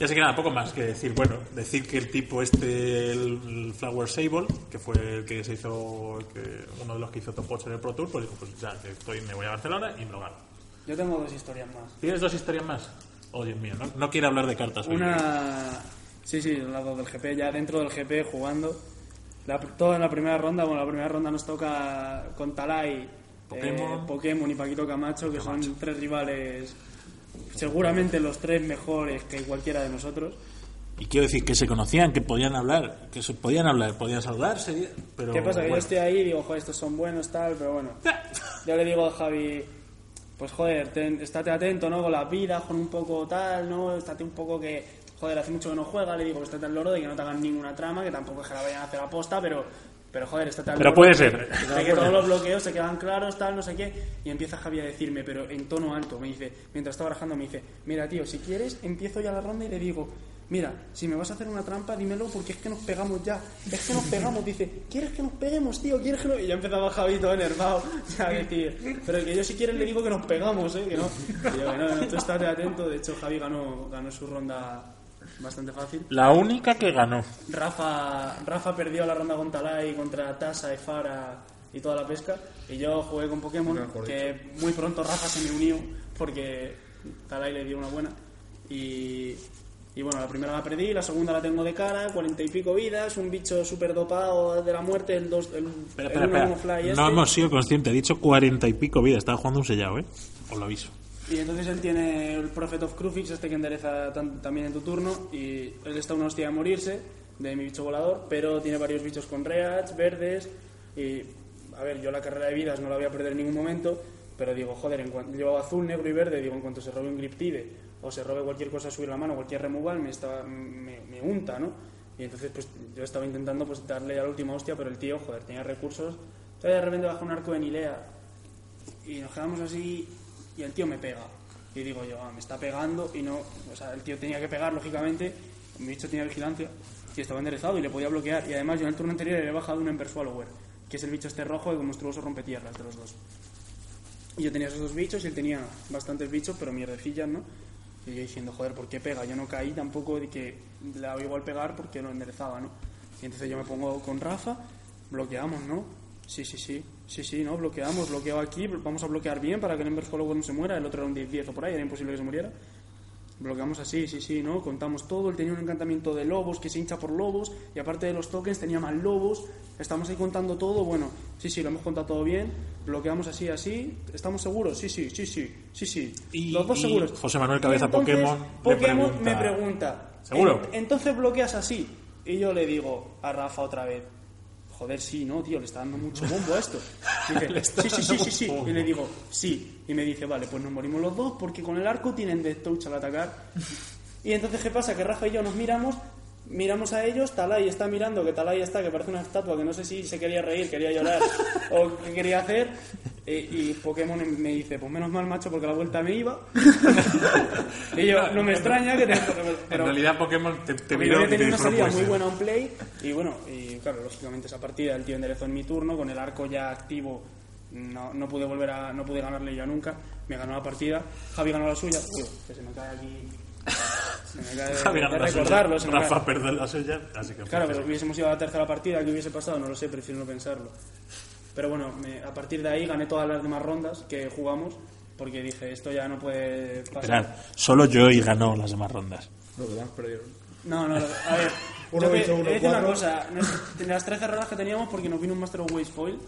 S1: Y así que nada, poco más que decir. Bueno, decir que el tipo este, el, el Flower Sable, que fue el que se hizo, el que- uno de los que hizo Top 8 en el Pro Tour, pues dijo, pues ya que estoy, me voy a Barcelona y me lo gano.
S4: Yo tengo dos historias más.
S1: ¿Tienes dos historias más? Oh, Dios mío, no, no quiero hablar de cartas. hoy.
S4: Una. Sí, sí, al lado del GP, ya dentro del GP jugando. La, toda la primera ronda, bueno, la primera ronda nos toca con Talay,
S1: Pokémon.
S4: Pokémon y Paquito Camacho, que son tres rivales, seguramente los tres mejores que cualquiera de nosotros.
S1: Y quiero decir que se conocían, que podían hablar, que se podían hablar, podían saludarse, pero...
S4: ¿Qué pasa? Que yo
S1: bueno.
S4: estoy ahí y digo, joder, estos son buenos, tal, pero bueno. Yo le digo a Javi, pues joder, ten- estate atento, ¿no? Con las vidas, con un poco tal, ¿no? Estate un poco que, joder, hace mucho que no juega, le digo, pues estate al loro de que no te hagan ninguna trama, que tampoco es que la vayan a hacer aposta, pero, pero joder, estate al
S1: Pero
S4: loro.
S1: puede ser.
S4: De que todos los bloqueos se quedan claros, tal, no sé qué. Y empieza Javi a decirme, pero en tono alto, me dice, mientras está barajando, me dice, mira tío, si quieres, empiezo ya la ronda y le digo, mira, si me vas a hacer una trampa, dímelo porque es que nos pegamos ya. Es que nos pegamos, dice, ¿quieres que nos peguemos, tío? ¿Quieres que nos-?" Y ya empezaba Javi todo enervado, ya que, tío, pero que yo si quieres le digo que nos pegamos, ¿eh? Que no. Y yo, que no, no, tú estate atento. De hecho, Javi ganó, ganó su ronda bastante fácil.
S1: La única que ganó.
S4: Rafa, Rafa perdió la ronda con Talay contra Tasa, Efara y toda la pesca. Y yo jugué con Pokémon, que muy pronto Rafa se me unió porque Talay le dio una buena. Y, y bueno, la primera la perdí, la segunda la tengo de cara, cuarenta y pico vidas, un bicho super dopado de la muerte, el, dos, el,
S1: Espera,
S4: el
S1: espera,
S4: uno
S1: espera.
S4: como fly
S1: No
S4: este.
S1: hemos sido conscientes, he dicho cuarenta y pico vidas, estaba jugando un sellado, ¿eh? Os lo aviso.
S4: Y entonces él tiene el Prophet of Crufix, este que endereza tan- también en tu turno, y él está una hostia de morirse, de mi bicho volador, pero tiene varios bichos con reats, verdes, y a ver, yo la carrera de vidas no la voy a perder en ningún momento, pero digo, joder, en cuanto llevaba azul, negro y verde, digo, en cuanto se robe un Griptide, o se robe cualquier cosa, subir la mano, cualquier removal, me, está, me, me unta, ¿no? Y entonces pues yo estaba intentando pues darle a la última hostia, pero el tío, joder, tenía recursos, entonces de repente baja un arco de Nilea, y nos quedamos así y el tío me pega. Y digo yo, ah, me está pegando y no... O sea, el tío tenía que pegar, lógicamente. Mi bicho tenía vigilancia y estaba enderezado y le podía bloquear. Y además yo en el turno anterior le he bajado un Ember Swallower, que es el bicho este rojo y con monstruoso rompetierras de los dos. Y yo tenía esos dos bichos y él tenía bastantes bichos, pero mierdecillas, ¿no? Y yo diciendo, joder, ¿por qué pega? Yo no caí tampoco de que le daba igual pegar porque lo enderezaba, ¿no? Y entonces yo me pongo con Rafa, bloqueamos, ¿no? Sí, sí, sí, sí, sí, ¿no? Bloqueamos, bloqueo aquí, vamos a bloquear bien para que el Ember Swallower no se muera, el otro era un 10-10 o por ahí, era imposible que se muriera. Bloqueamos así, sí, sí, ¿no? Contamos todo. Él tenía un encantamiento de lobos que se hincha por lobos. Y aparte de los tokens, tenía más lobos. Estamos ahí contando todo. Bueno, sí, sí, lo hemos contado todo bien. Bloqueamos así, así. ¿Estamos seguros? Sí, sí, sí, sí, sí, sí.
S1: Y-
S4: los dos
S1: y
S4: seguros.
S1: José Manuel Cabeza
S4: Y entonces,
S1: Pokémon le
S4: Pokémon
S1: pregunta-
S4: me pregunta.
S1: ¿Seguro?
S4: "En- entonces bloqueas así. Y yo le digo a Rafa otra vez. Joder, sí, no, tío, le está dando mucho bombo a esto. Y dice,
S1: Le está
S4: sí, sí, sí,
S1: dando
S4: sí, sí.
S1: bombo.
S4: Y le digo, sí. Y me dice, vale, pues nos morimos los dos porque con el arco tienen de touch al atacar. Y entonces, ¿qué pasa? Que Rafa y yo nos miramos, miramos a ellos, Talay está mirando, que Talay está, que parece una estatua, que no sé si se quería reír, quería llorar o qué quería hacer. Y, y Pokémon me dice, pues menos mal, macho, porque la vuelta me iba. y yo, no me extraña que te... pero-
S1: en realidad Pokémon te, te
S4: porque
S1: miró
S4: yo
S1: y
S4: había
S1: te dijo,
S4: tenido una
S1: "No
S4: salida
S1: puede
S4: muy
S1: ser".
S4: buena en play y bueno, y claro, lógicamente esa partida el tío enderezó en mi turno con el arco ya activo. No, no pude volver a no pude ganarle yo nunca. Me ganó la partida. Javi ganó la suya. Uy, que se me cae aquí. Se me cae
S1: Javi
S4: de
S1: ganó la suya,
S4: recordarlo, se me cae.
S1: Rafa perdió la suya, así que...
S4: Claro, pero hubiésemos ido a la tercera partida, ¿qué hubiese pasado? No lo sé, prefiero no pensarlo. Pero bueno, me- a partir de ahí gané todas las demás rondas que jugamos porque dije, esto ya no puede pasar.
S1: Esperad, solo yo y ganó las demás rondas.
S3: Los demás perdieron.
S4: No, no, a ver.
S6: Uno
S4: yo te,
S6: bicho, uno
S4: te voy a decir una
S6: cuatro.
S4: cosa. nos- de las 13 rondas que teníamos porque nos vino un Master of Waves Foil.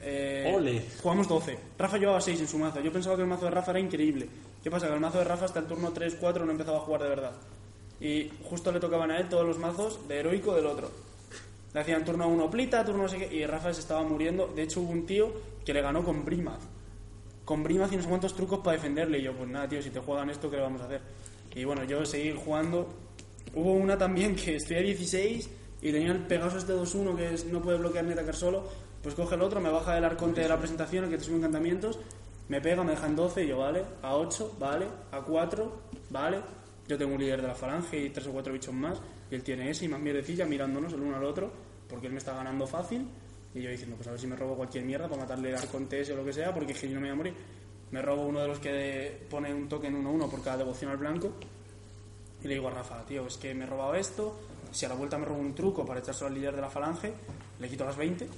S4: eh,
S1: Ole.
S4: Jugamos 12. Rafa llevaba 6 en su mazo. Yo pensaba que el mazo de Rafa era increíble. ¿Qué pasa? Que el mazo de Rafa hasta el turno 3-4 no empezaba a jugar de verdad. Y justo le tocaban a él todos los mazos de heroico del otro. Le hacían turno 1 Plita, turno no sé qué. Y Rafa se estaba muriendo. De hecho, hubo un tío que le ganó con Brimaz con Brima y no sé cuántos trucos para defenderle. Y yo, pues nada, tío, si te juegan esto, ¿qué le vamos a hacer? Y bueno, yo seguí jugando. Hubo una también que estoy a 16 y tenía el Pegasus este 2-1 que es, no puede bloquear ni atacar solo. Pues coge el otro, me baja el arconte de la presentación, el que te sube encantamientos, me pega, me deja en 12 y yo, vale, a 8, vale, a 4, vale. Yo tengo un líder de la falange y tres o cuatro bichos más, y él tiene ese y más mierdecilla mirándonos el uno al otro, porque él me está ganando fácil, y yo diciendo, pues a ver si me robo cualquier mierda para matarle el arconte ese o lo que sea, porque es que yo no me voy a morir. Me robo uno de los que pone un token 1-1 por cada devoción al blanco, y le digo a Rafa, tío, es que me he robado esto, si a la vuelta me robo un truco para echarse al líder de la falange, le quito las 20,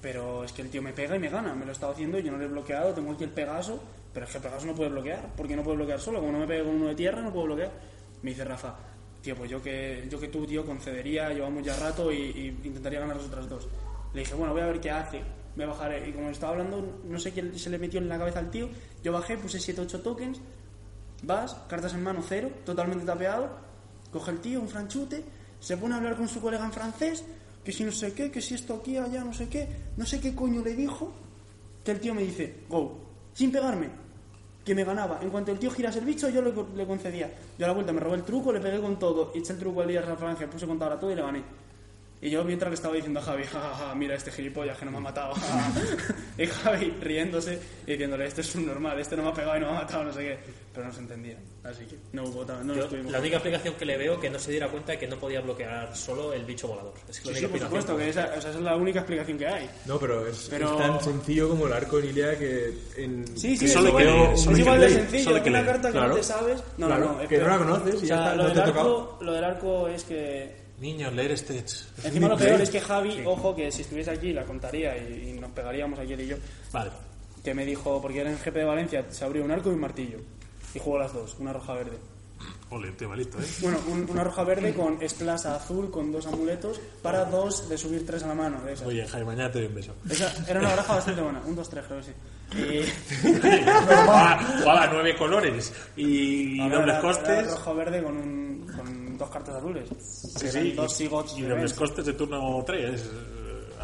S4: pero es que el tío me pega y me gana, me lo he estado haciendo, yo no lo he bloqueado, tengo aquí el Pegaso, pero es que el Pegaso no puede bloquear, porque no puede bloquear solo, como no me pegue con uno de tierra no puedo bloquear. Me dice Rafa, tío, pues yo que, yo que tú, tío, concedería, llevamos ya rato y, y intentaría ganar las otras dos. Le dije, bueno, voy a ver qué hace, me bajaré. Y como estaba hablando, no sé qué se le metió en la cabeza al tío, yo bajé, puse 7-8 tokens, Vas, cartas en mano, cero, totalmente tapeado. Coge el tío, un franchute, se pone a hablar con su colega en francés, que si no sé qué, que si esto aquí, allá, no sé qué, no sé qué coño le dijo, que el tío me dice, go, sin pegarme, que me ganaba. En cuanto el tío girase el bicho, yo le, le concedía. Yo a la vuelta me robé el truco, le pegué con todo, eché el truco al día de la franja, puse contador a todo y le gané. Y yo mientras le estaba diciendo a Javi, jajaja, mira este gilipollas que no me ha matado. ja, ja, ja. y Javi riéndose y diciéndole, este es un normal, este no me ha pegado y no me ha matado, no sé qué. Pero no se entendía. Así que no hubo tan, no
S5: Yo,
S4: estuvimos.
S5: la única explicación que le veo que no se diera cuenta de que no podía bloquear solo el bicho volador. Es que
S4: Sí,
S5: la
S4: sí,
S5: única
S4: por
S5: explicación-
S4: supuesto, que esa, o sea, esa es la única explicación que hay.
S2: No, pero es,
S4: Pero-
S2: es tan sencillo como el arco en Ilia que en...
S4: Sí, sí,
S1: Que solo
S4: es
S1: que-
S4: igual-
S1: solo
S4: es
S1: que
S4: igual de
S1: lee,
S4: sencillo,
S1: solo
S4: es
S1: que
S4: una
S1: lee,
S4: carta que
S2: claro.
S4: no te sabes. No,
S2: Claro,
S4: no, no, es
S2: que no la
S4: peor.
S2: conoces y
S4: O
S2: ya
S4: sea,
S2: está,
S4: lo,
S2: no
S4: del
S2: te ha
S4: arco,
S2: tocado.
S4: lo del arco es que
S1: Niños, leer este.
S4: Encima lo
S2: Sí.
S4: peor es que Javi, ojo, que si estuviese aquí la contaría y, y nos pegaríamos aquí él y yo,
S1: Vale.
S4: que me dijo, porque era el jefe de Valencia, se abrió un arco y un martillo. Y jugó las dos, una roja verde.
S1: Ole, tío, va listo, ¿eh?
S4: Bueno, un- una roja verde con esplaza azul, con dos amuletos, para dos de subir tres a la mano. de esas.
S1: Muy bien, Jaime, mañana te doy un beso.
S4: Esa era una baraja bastante buena, un, dos, tres, creo que sí. Y
S1: jugaba, jugaba nueve colores y
S4: ahora
S1: dobles
S4: era-
S1: costes.
S4: era rojo verde con, un, con dos cartas azules.
S1: Sí,
S4: Eran
S1: sí,
S4: dos
S1: y,
S4: sigots
S1: y dobles
S4: tremendos.
S1: costes de turno eh, 3.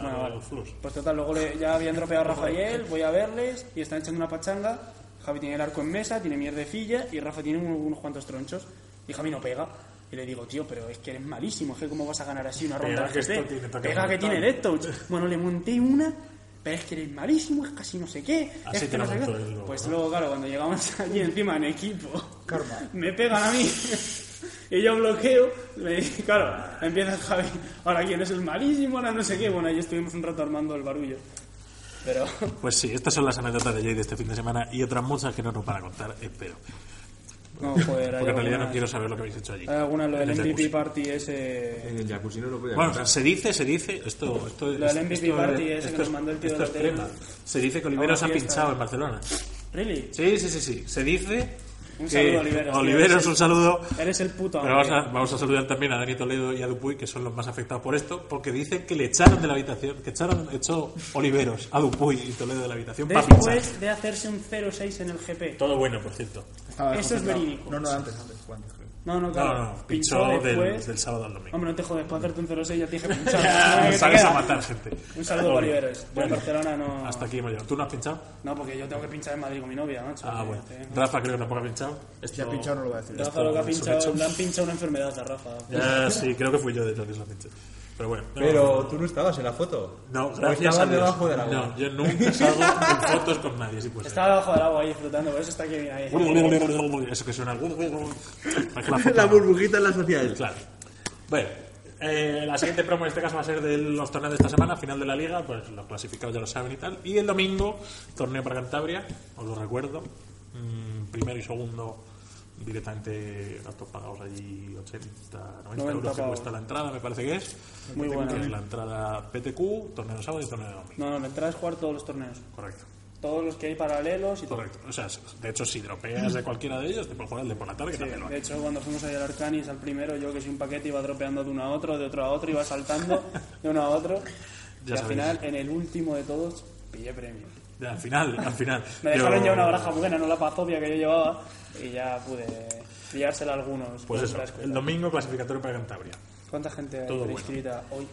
S4: Bueno, vale.
S1: flux.
S4: Pues total, luego le- ya habían dropeado a Rafael, voy a verles y están echando una pachanga. Javi tiene el arco en mesa, tiene mierdecilla y Rafa tiene un- unos cuantos tronchos. Y Javi no pega. Y le digo, tío, pero es que eres malísimo, es que cómo vas a ganar así una
S1: Pega
S4: ronda
S1: que
S4: de
S1: esto tiene
S4: GT.
S1: toque
S4: Pega que
S1: mental.
S4: tiene death touch. Bueno, le monté una, pero es que eres malísimo, es casi no sé qué.
S1: Así
S4: es
S1: te
S4: no
S1: lo
S4: sé qué.
S1: montó él luego,
S4: Pues
S1: ¿no?
S4: luego, claro, cuando llegamos aquí encima en equipo,
S3: Karma.
S4: me pegan a mí. Y yo bloqueo, me dice, claro, empieza Javi, ahora quién es el malísimo, ahora no sé qué. Bueno, ahí estuvimos un rato armando el barullo. Pero
S1: Pues sí, estas son las anécdotas de Jay de este fin de semana y otras muchas que no nos van a contar, espero.
S4: No, joder, hay
S1: Porque en realidad
S4: algunas-
S1: no quiero saber lo que habéis hecho allí.
S4: hay alguna,
S1: En
S4: lo del
S1: el
S4: MVP
S1: jacuzzi.
S4: Party ese...
S2: En el jacuzzi no lo podía
S1: Bueno,
S2: contar.
S1: se dice, se dice, esto, esto
S4: Lo del MVP
S1: esto-
S4: party ese
S1: esto
S4: que nos
S1: es-
S4: mandó el tío
S1: esto
S4: del
S1: es
S4: hotel.
S1: crema. Se dice que Oliveros
S4: Una
S1: ha
S4: fiesta.
S1: pinchado en Barcelona.
S4: ¿Really?
S1: Sí, sí, sí, sí. Se dice.
S4: Un
S1: que-
S4: saludo, Oliveros, tío.
S1: Oliveros, un saludo.
S4: Eres el puto
S1: Pero
S4: amo,
S1: vamos a, vamos a saludar también a Dani Toledo y a Dupuy, que son los más afectados por esto, porque dicen que le echaron de la habitación, que echaron, echó Oliveros a Dupuy y Toledo de la habitación para pinchar.
S4: Después de hacerse un 0-6 en el GP.
S1: Todo bueno, por cierto.
S6: Estaba
S4: Eso es
S6: desconcentrado.
S4: verídico.
S6: No, no, antes, antes, fue antes. creo.
S4: No, no,
S1: No, no,
S4: claro.
S1: no, pinchó, del,
S4: después.
S1: del sábado al domingo.
S4: Hombre, no te jodes, para hacerte un 0-6 ya te dije pinchar. ¿Qué
S1: Ya,
S4: te
S1: Sales a
S4: queda?
S1: matar gente.
S4: Un saludo
S1: Bueno,
S4: para Oliveros. Yo en
S1: bueno,
S4: Barcelona no...
S1: Hasta aquí hemos llegado. ¿Tú no has pinchado?
S4: No, porque yo tengo que pinchar en Madrid con mi novia, macho.
S1: Ah, bueno.
S4: Fíjate.
S1: Rafa creo que tampoco ha pinchado.
S6: Si ha pinchado no lo voy a decir.
S4: Rafa lo que ha
S1: es un
S4: pinchado,
S1: hecho.
S4: le han pinchado una enfermedad a Rafa.
S1: Ya, sí, creo que fui yo de los que se lo ha pinchado. Pero bueno. no,
S2: Pero tú no estabas en la foto.
S1: No,
S2: O
S1: gracias a
S2: estabas
S1: Dios.
S2: debajo del agua.
S1: No, yo nunca salgo en fotos con nadie, si puede ser.
S4: Estaba debajo del agua ahí flotando, por eso está aquí bien ahí.
S1: Eso que suena. Parece la foto.
S2: La burbujita en las sociales.
S1: Claro. Bueno, eh, la siguiente promo en este caso va a ser de los torneos de esta semana, final de la liga, pues los clasificados ya lo saben y tal. Y el domingo, torneo para Cantabria, os lo recuerdo. Mm, primero y segundo, directamente gastos pagados allí 80, 90,
S4: 90
S1: euros que
S4: pavos.
S1: cuesta la entrada, me parece que es.
S4: Muy eh.
S1: Que
S4: buena.
S1: es la entrada PTQ, torneo de sábado y torneo de domingo.
S4: No, no, la entrada es jugar todos los torneos.
S1: Correcto.
S4: Todos los que hay paralelos y todo.
S1: Correcto. O sea, de hecho, si dropeas de cualquiera de ellos, te puedes jugar el de por la tarde, que también lo hay.
S4: De hecho, cuando fuimos ahí al Arcanis, al primero, yo que soy un paquete iba dropeando de uno a otro, de otro a otro, iba saltando de uno a otro.
S1: Ya
S4: y al
S1: sabéis.
S4: final, en el último de todos, pillé premio.
S1: Ya, al final, al final.
S4: Me dejaron
S1: Yo-
S4: ya una baraja buena, no la pazobia que yo llevaba, y ya pude pillársela a algunos.
S1: Pues
S4: con
S1: eso,
S4: la escuela.
S1: el domingo clasificatorio para Cantabria.
S4: ¿Cuánta gente hay
S1: Todo bueno.
S4: inscrita hoy?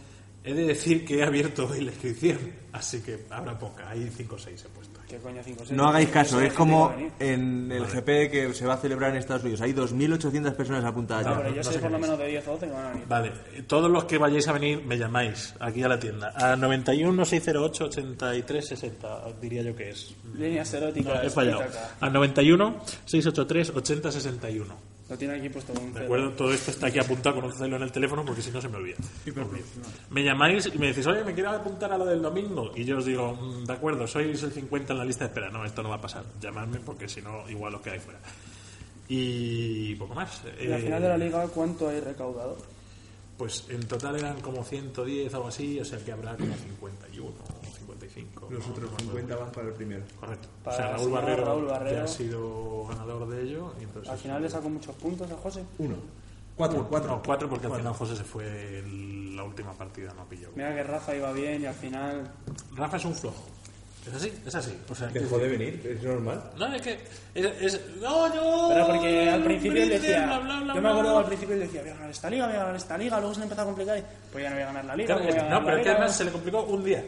S1: He de decir que he abierto hoy la inscripción, así que habrá poca. Hay 5 o 6 he puesto.
S4: ¿Qué coño 5
S2: No hagáis caso, es como en el GP que se va a celebrar en Estados Unidos. Hay 2.800 personas apuntadas
S4: No,
S2: ya.
S4: Ah, pero yo
S1: no
S4: sé
S1: sé
S4: por
S1: qué
S4: lo
S1: es.
S4: menos de 10 o 12 que van a venir.
S1: Vale, todos los que vayáis a venir me llamáis aquí a la tienda. A 91 608 83 60, diría yo que es.
S4: Líneas eróticas.
S1: No, he fallado.
S4: pitaca.
S1: A 91 683 80 61.
S4: Lo tiene aquí puesto un
S1: De
S4: cero.
S1: acuerdo, todo esto está aquí apuntado con un celo en el teléfono porque si no se me olvida. Obvio. Me llamáis y me decís, oye, me quiero apuntar a lo del domingo. Y yo os digo, "Mm, de acuerdo, sois el 50 en la lista de espera. No, esto no va a pasar. Llamadme porque si no, igual os quedáis fuera. Y poco más.
S4: Y al
S1: Eh,
S4: final de la liga, ¿cuánto hay recaudado?
S1: Pues en total eran como 110 o algo así, o sea que habrá como 51 o 55.
S6: Los
S1: ¿no? No
S6: otros
S1: me acuerdo.
S6: 50 van para el primero.
S1: Correcto.
S4: Para
S1: o sea,
S4: el
S1: Raúl
S4: señor
S1: Barrero,
S4: Raúl
S1: ya
S4: Barrero.
S1: ha sido ganador de ello. y entonces-
S4: Al final le saco muchos puntos a José.
S6: Uno. Cuatro,
S1: No,
S6: cuatro.
S1: cuatro porque al final José se fue en la última partida, no pilló.
S4: Mira que Rafa iba bien y al final.
S1: Rafa es un flojo. Es así, es así. O sea,
S2: Dejó de venir, es normal.
S1: no, es que. Es, es- no, yo.
S4: Pero porque al principio él
S1: brinde,
S4: decía.
S1: bla, bla, bla,
S4: yo me acuerdo que al
S1: bla.
S4: principio él decía, voy a ganar esta liga, voy a ganar esta liga. Luego se le empezó a complicar y, pues ya no voy a ganar la liga.
S1: Claro,
S4: voy a
S1: es-
S4: ganar
S1: no,
S4: la
S1: pero es que
S4: liga".
S1: además se le complicó un día.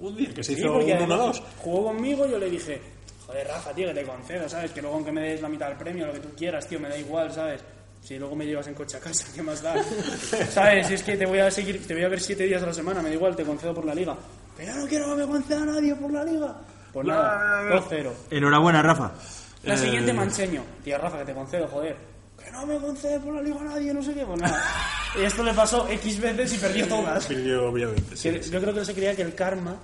S1: Un día que se
S4: Sí,
S1: hizo un
S4: porque además
S1: 1-2.
S4: Jugó conmigo, yo le dije, joder, Rafa, tío, que te concedo, ¿sabes? Que luego aunque me des la mitad del premio, lo que tú quieras, tío, me da igual, ¿sabes? Si luego me llevas en coche a casa, ¿qué más da? ¿Sabes? Si es que te voy a seguir, te voy a ver siete días a la semana, me da igual, te concedo por la liga. Pero yo no quiero que me conceda nadie por la liga. Pues nada, 2-0.
S2: Enhorabuena, Rafa.
S4: La
S1: Eh,
S4: siguiente mancheño. Tío, Rafa, que te concedo, joder. Que no me concede por la liga a nadie, no sé qué, pues nada. Y esto le pasó X veces y perdió todas.
S1: Perdió, obviamente, sí,
S4: Que-
S1: sí.
S4: Yo creo que se creía que el karma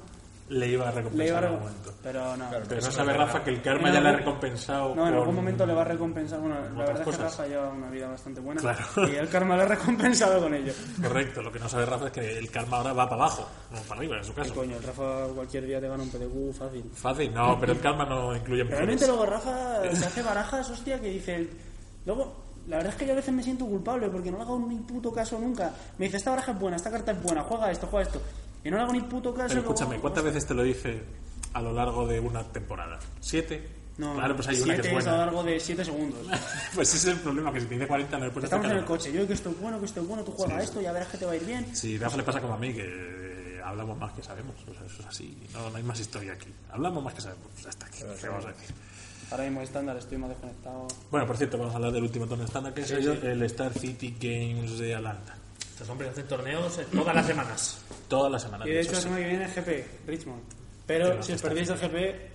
S1: Le iba a
S4: le iba a...
S1: recompensar en
S4: re-
S1: algún momento.
S4: Pero no.
S1: Pero no sabe Rafa que el karma
S4: En
S1: ya le ha
S4: algún-
S1: recompensado.
S4: No, en
S1: con-
S4: algún momento le va a recompensar. Bueno, la
S1: otras
S4: verdad es que
S1: cosas.
S4: Rafa lleva una vida bastante buena.
S1: Claro.
S4: Y el karma le ha recompensado con ello.
S1: Correcto, lo que no sabe Rafa es que el karma ahora va para abajo, no para arriba, en su
S4: Y
S1: caso.
S4: coño, el Rafa cualquier día te gana un PDQ fácil.
S1: Fácil, no, pero el karma no incluye
S4: Realmente
S1: mujeres.
S4: luego Rafa se hace barajas, hostia, que dice... Luego, la verdad es que yo a veces me siento culpable porque no le hago ni puto caso nunca. Me dice, esta baraja es buena, esta carta es buena, juega esto, juega esto. Y no le hago ni puto caso.
S1: Pero
S4: luego-
S1: escúchame, ¿cuántas veces te lo dice a lo largo de una temporada? ¿Siete?
S4: No,
S1: claro, pues hay una que
S4: siete
S1: es
S4: a lo
S1: buena.
S4: largo de 7 segundos.
S1: pues ese es el problema, que si te dice 40 no le puedes
S4: Estamos en
S1: hacer
S4: el
S1: caso.
S4: coche, yo que esto es bueno, que esto es bueno, tú juegas esto, ya verás que te va a ir bien.
S1: Sí, Rafa le pasa como a mí, que eh, hablamos más que sabemos. O sea, eso es así, no, no hay más historia aquí. Hablamos más que sabemos, pues ya está aquí. ¿Qué vamos a decir?
S4: Ahora mismo estándar estoy más desconectado.
S1: Bueno, por cierto, vamos a hablar del último torneo estándar que es
S5: sí.
S1: el Star City Games de Atlanta.
S5: Estos hombres hacen torneos eh, todas las semanas.
S1: Todas las semanas.
S4: Y de
S1: eso
S4: hecho, la
S1: sí.
S4: semana que viene es GP, Richmond.
S1: Que
S4: Pero
S1: nos
S4: si os
S1: está
S4: perdéis el GP,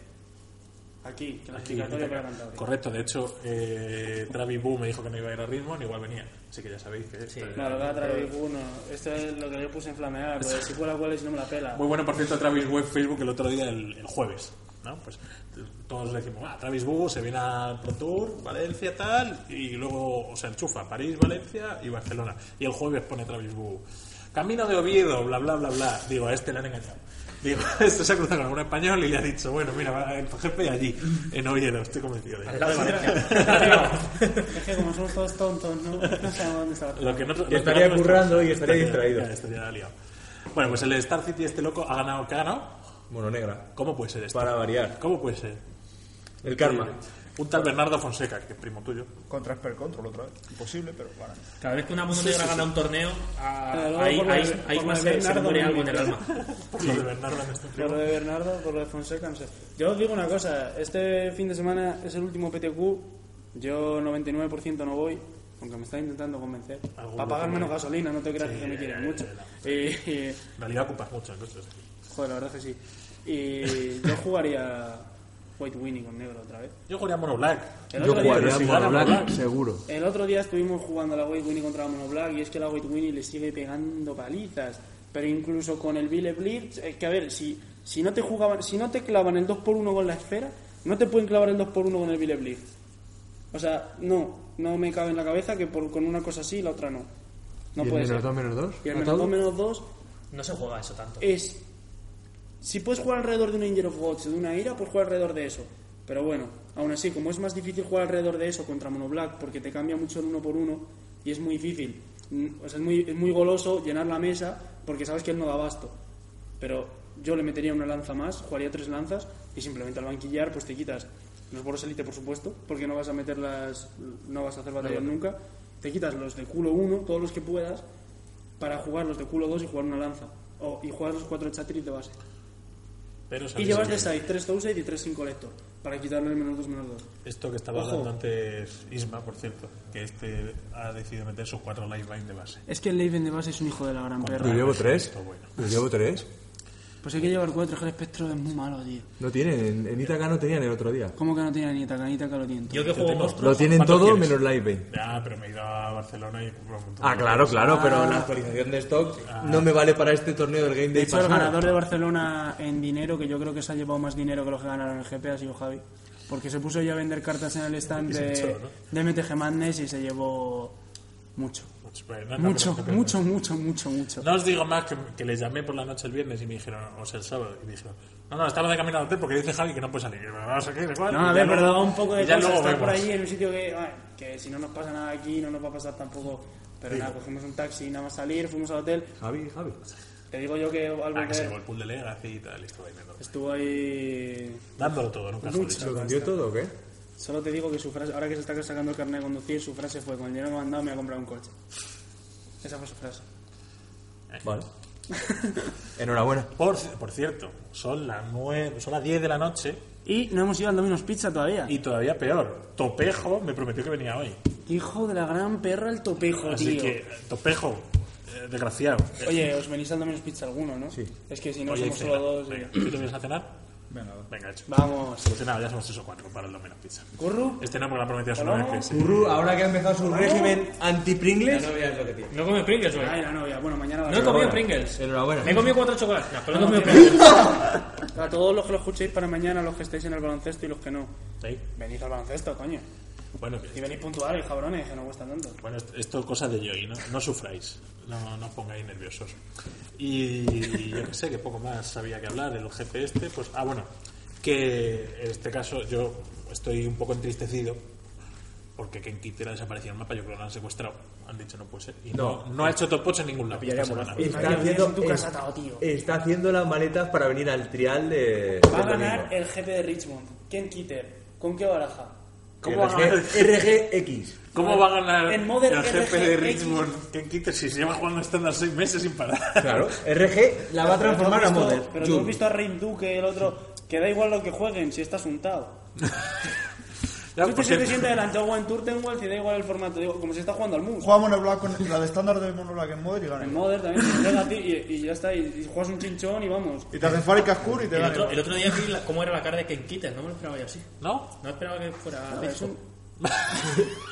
S4: aquí, clasificatoria para Cantabria.
S1: Correcto, de hecho, eh, Travis Boo me dijo que no iba a ir a ritmo, ni igual venía. Así que ya sabéis que.
S5: Sí.
S1: esto-
S4: No, lo que va a traer uno. Esto es lo que yo puse en flamear, lo de si cuela cuela y si no me la pela.
S1: Muy bueno, por cierto, Travis Boo en Facebook el otro día, el, el jueves. ¿no? Pues t- todos decimos, ah, Travis Boo se viene al Pro Tour, Valencia, tal, y luego se enchufa París, Valencia y Barcelona. Y el jueves pone Travis Boo. Camino de Oviedo, bla, bla, bla, bla. Digo, a este le han engañado. Digo, esto se ha cruzado con algún español y le ha dicho, bueno, mira, va el jefe allí, en Oviedo, estoy convencido de ello.
S4: Es que como somos todos tontos, no, no sabemos dónde está la
S1: Lo que no- lo que
S2: estaría
S1: no-
S2: currando y estaría distraído.
S1: ya, estaría liado. Bueno, pues el Star City este loco ha ganado, ¿qué ha ganado?
S2: Mono negra.
S1: ¿Cómo puede ser esto?
S2: Para variar.
S1: ¿Cómo puede ser?
S2: El karma.
S1: Un tal Bernardo Fonseca, que es primo tuyo.
S6: Contra Spell Control otra vez. Imposible, pero bueno.
S5: Cada vez que una mundo negra gana un torneo, a-
S4: Pero luego
S5: ahí
S4: por lo
S5: ahí-
S4: de- por
S5: ahí
S4: lo
S5: más
S4: de
S5: se- se
S4: Bernardo
S5: me muere
S4: no
S5: algo en
S4: me
S5: el alma.
S1: Por lo de Bernardo en este
S4: Por
S1: primo.
S4: lo de Bernardo, por lo de Fonseca, no sé. Yo os digo una cosa, este fin de semana es el último PTQ, yo 99% no voy, aunque me está intentando convencer.
S1: Alguno
S4: Para pagar
S1: también.
S4: menos gasolina, no te creas
S1: Sí,
S4: que me quieren mucho.
S1: ya,
S4: Y, y-
S1: En realidad ocupas mucho en cosas.
S4: joder, la verdad es que sí. Y yo jugaría White Winnie con negro otra vez.
S1: Yo jugaría Mono Black.
S4: El
S2: Yo
S4: otro día-
S2: jugaría
S1: si
S2: a
S1: gana
S2: Mono Black,
S1: Black.
S2: seguro.
S4: El otro día estuvimos jugando a la White Winnie contra la Mono Black y es que la White Winnie le sigue pegando palizas. Pero incluso con el Billy Blitz, es que a ver, si, si, no te jugaban, si no te clavan el 2x1 con la esfera, no te pueden clavar el 2x1 con el Billy Blitz. O sea, no, no me cabe en la cabeza que por, con una cosa sí y la otra no. No
S2: ¿Y el
S4: puede
S2: menos
S4: ser.
S2: dos, menos dos?
S4: Y el
S2: ¿A
S4: menos
S2: todo?
S4: 2 menos 2
S5: No se juega eso tanto.
S4: es. Si puedes jugar alrededor de un Angel of Gods, de una ira, puedes jugar alrededor de eso. Pero bueno, aún así, como es más difícil jugar alrededor de eso contra Mono Black, porque te cambia mucho el uno por uno, y es muy difícil. Mm, O sea, es muy, es muy goloso llenar la mesa, porque sabes que él no da abasto. Pero yo le metería una lanza más, jugaría tres lanzas, y simplemente al banquillar, pues te quitas los boros elite, por supuesto, porque no vas a meter las. no vas a hacer batallón nunca. Te quitas los de culo uno, todos los que puedas, para jugar los de culo 2 y jugar una lanza. O, y jugar los cuatro chatris de base.
S1: Pero
S4: Y
S1: sabéis
S4: llevas
S1: que
S4: de side 3 Touside y 3 sin colector. Para quitarle el menos 2, menos 2.
S1: Esto que estaba hablando antes Isma, por cierto, que este ha decidido meter sus cuatro lifeline de base.
S4: Es que el Leven de base es un hijo de la gran
S1: Contra-
S4: perra.
S1: llevo
S2: llevo
S1: tres.
S2: tres?
S1: Bueno.
S2: ¿Yo llevo tres?
S4: Pues hay que llevar 4, que el espectro es muy malo, tío.
S2: No tienen, en, en Itaca no tenían el otro día.
S4: ¿Cómo que no tiene ni Itaca? Ni Itaca lo tiene. todo.
S5: Yo que juego
S1: tengo-
S5: monstruo.
S2: Lo tienen
S1: ¿Cuánto
S2: todo
S1: quieres?
S2: menos Live Bait.
S1: Ya, pero me he ido a Barcelona y he comprado un montón
S2: Ah,
S1: de
S2: claro,
S1: cosas.
S2: claro, pero la actualización de stock no me vale para este torneo del Game
S4: De
S2: Day
S4: hecho, el
S2: pasado.
S4: ganador de Barcelona en dinero, que yo creo que se ha llevado más dinero que los que ganaron el GP, ha sido Javi. Porque se puso ya a vender cartas en el stand
S1: se
S4: de,
S1: echó, ¿no?
S4: de MTG Madness y se llevó mucho.
S1: Mucho, bueno, Ah, no, no,
S4: Mucho,
S1: Pues, pero-
S4: mucho, mucho, mucho, mucho.
S1: No os digo más que, que les llamé por la noche el viernes y me dijeron, o sea, el sábado, y me dijeron, no, no, estaba de camino al hotel porque dice Javi que no puede salir. Y, no sé qué, no sé cuál,
S4: No,
S1: y
S4: a
S1: ya
S4: ver,
S1: luego-
S4: pero daba un poco de
S1: y ya
S4: cosa
S1: luego
S4: estar por
S1: vemos.
S4: allí en un sitio que, ay, que si no nos pasa nada aquí, no nos va a pasar tampoco. Pero nada, cogimos un taxi, nada más salir, fuimos al hotel.
S2: Javi, Javi.
S4: Te digo yo que al
S1: Ah, que se
S4: volver
S1: llevó el pool de Legacy y tal, y estuvo ahí viéndolo.
S4: estuvo ahí
S1: Dándolo todo, nunca mejor
S4: Mucho.
S1: dicho.
S2: ¿Lo vendió todo o qué?
S4: Solo te digo que su frase, ahora que se está sacando el carnet de conducir, su frase fue, con el dinero que me han dado me voy a comprar un coche. Esa fue su frase.
S2: Vale. Enhorabuena.
S1: Por, por cierto, son las nueve, son las 10 de la noche
S4: Y no hemos ido al Domino's Pizza todavía.
S1: y todavía peor, Topejo me prometió que venía hoy.
S4: Hijo de la gran perra el topejo,
S1: Así
S4: tío.
S1: que, Topejo, eh, desgraciado.
S4: Oye, os venís al Domino's Pizza alguno, ¿no? Sí. Es que si no
S1: Oye,
S4: somos
S1: cena.
S4: solo dos...
S1: Venga,
S4: y-
S1: ¿tú te vienes a cenar?
S3: Venga, va.
S1: Venga, hecho.
S4: Vamos.
S1: Solucionado, ya somos tres o cuatro para el menos pizza.
S4: ¿Curru?
S1: Este no, porque lo ha prometido a su novia que sí.
S2: Urru, ahora que ha empezado su régimen
S7: La
S2: anti-Pringles.
S7: novia es lo que tiene.
S5: No he comido Pringles hoy.
S4: Ay, la novia. Bueno, mañana va a
S5: No he
S4: ser.
S5: comido Pringles.
S2: Enhorabuena.
S5: Me he comido cuatro chocolates. No, pero no he comido
S4: A todos los que lo escuchéis para mañana, los que estáis en el baloncesto y los que no.
S1: Sí.
S4: Venid al baloncesto, coño.
S1: Bueno,
S4: Y
S1: que-
S4: venid puntuales, cabrones, que no cuesta tanto.
S1: bueno, esto- esto es cosa de Joy, ¿no? No sufráis, no, no os pongáis nerviosos. Y yo qué sé, que poco más había que hablar. El jefe este, pues... Ah, bueno, que en este caso yo estoy un poco entristecido porque Ken Kitter ha desaparecido del mapa, yo creo que lo han secuestrado. Han dicho no puede ser. Y no, no, ha hecho top ocho en ningún lado. esta semana.
S2: Está
S4: María,
S2: haciendo,
S4: en tu casa,
S2: es-
S4: atado, tío.
S2: está haciendo las maletas para venir al trial de.
S4: Va a
S2: del
S4: ganar
S2: domingo.
S4: el GP de Richmond. Ken Kitter. ¿Con qué baraja?
S1: ¿Cómo va a ganar?
S2: RG, RGX.
S1: ¿Cómo va a ganar
S4: En Modern
S1: el jefe
S4: RGX?
S1: de Richmond Ken Kitter si se lleva jugando estándar seis meses sin parar?
S2: Claro. RG la va a transformar a
S4: Pero tú has
S2: Modern.
S4: visto- Pero tú
S2: Jun.
S4: has visto a Rein Duque, el otro, que da igual lo que jueguen si estás untado.
S1: Ya,
S4: Tú te
S1: porque-
S4: sientes sientes delante de Owen Turtenwell y da igual el formato, digo, como si está jugando al MUS.
S6: Juega Monoblack con la de estándar de Monoblack en Modern y
S4: En
S6: gana.
S4: Modern también te llega a ti y, y ya está, y, y juegas un chinchón y vamos.
S6: Y te hacen Fari Cascur y te
S5: El
S6: gana.
S5: otro, el otro día vi la- cómo era la cara de Ken Kitter. No me lo esperaba yo así.
S1: ¿No?
S5: No esperaba que fuera
S4: Claro, es
S5: Bitcoin.
S4: un-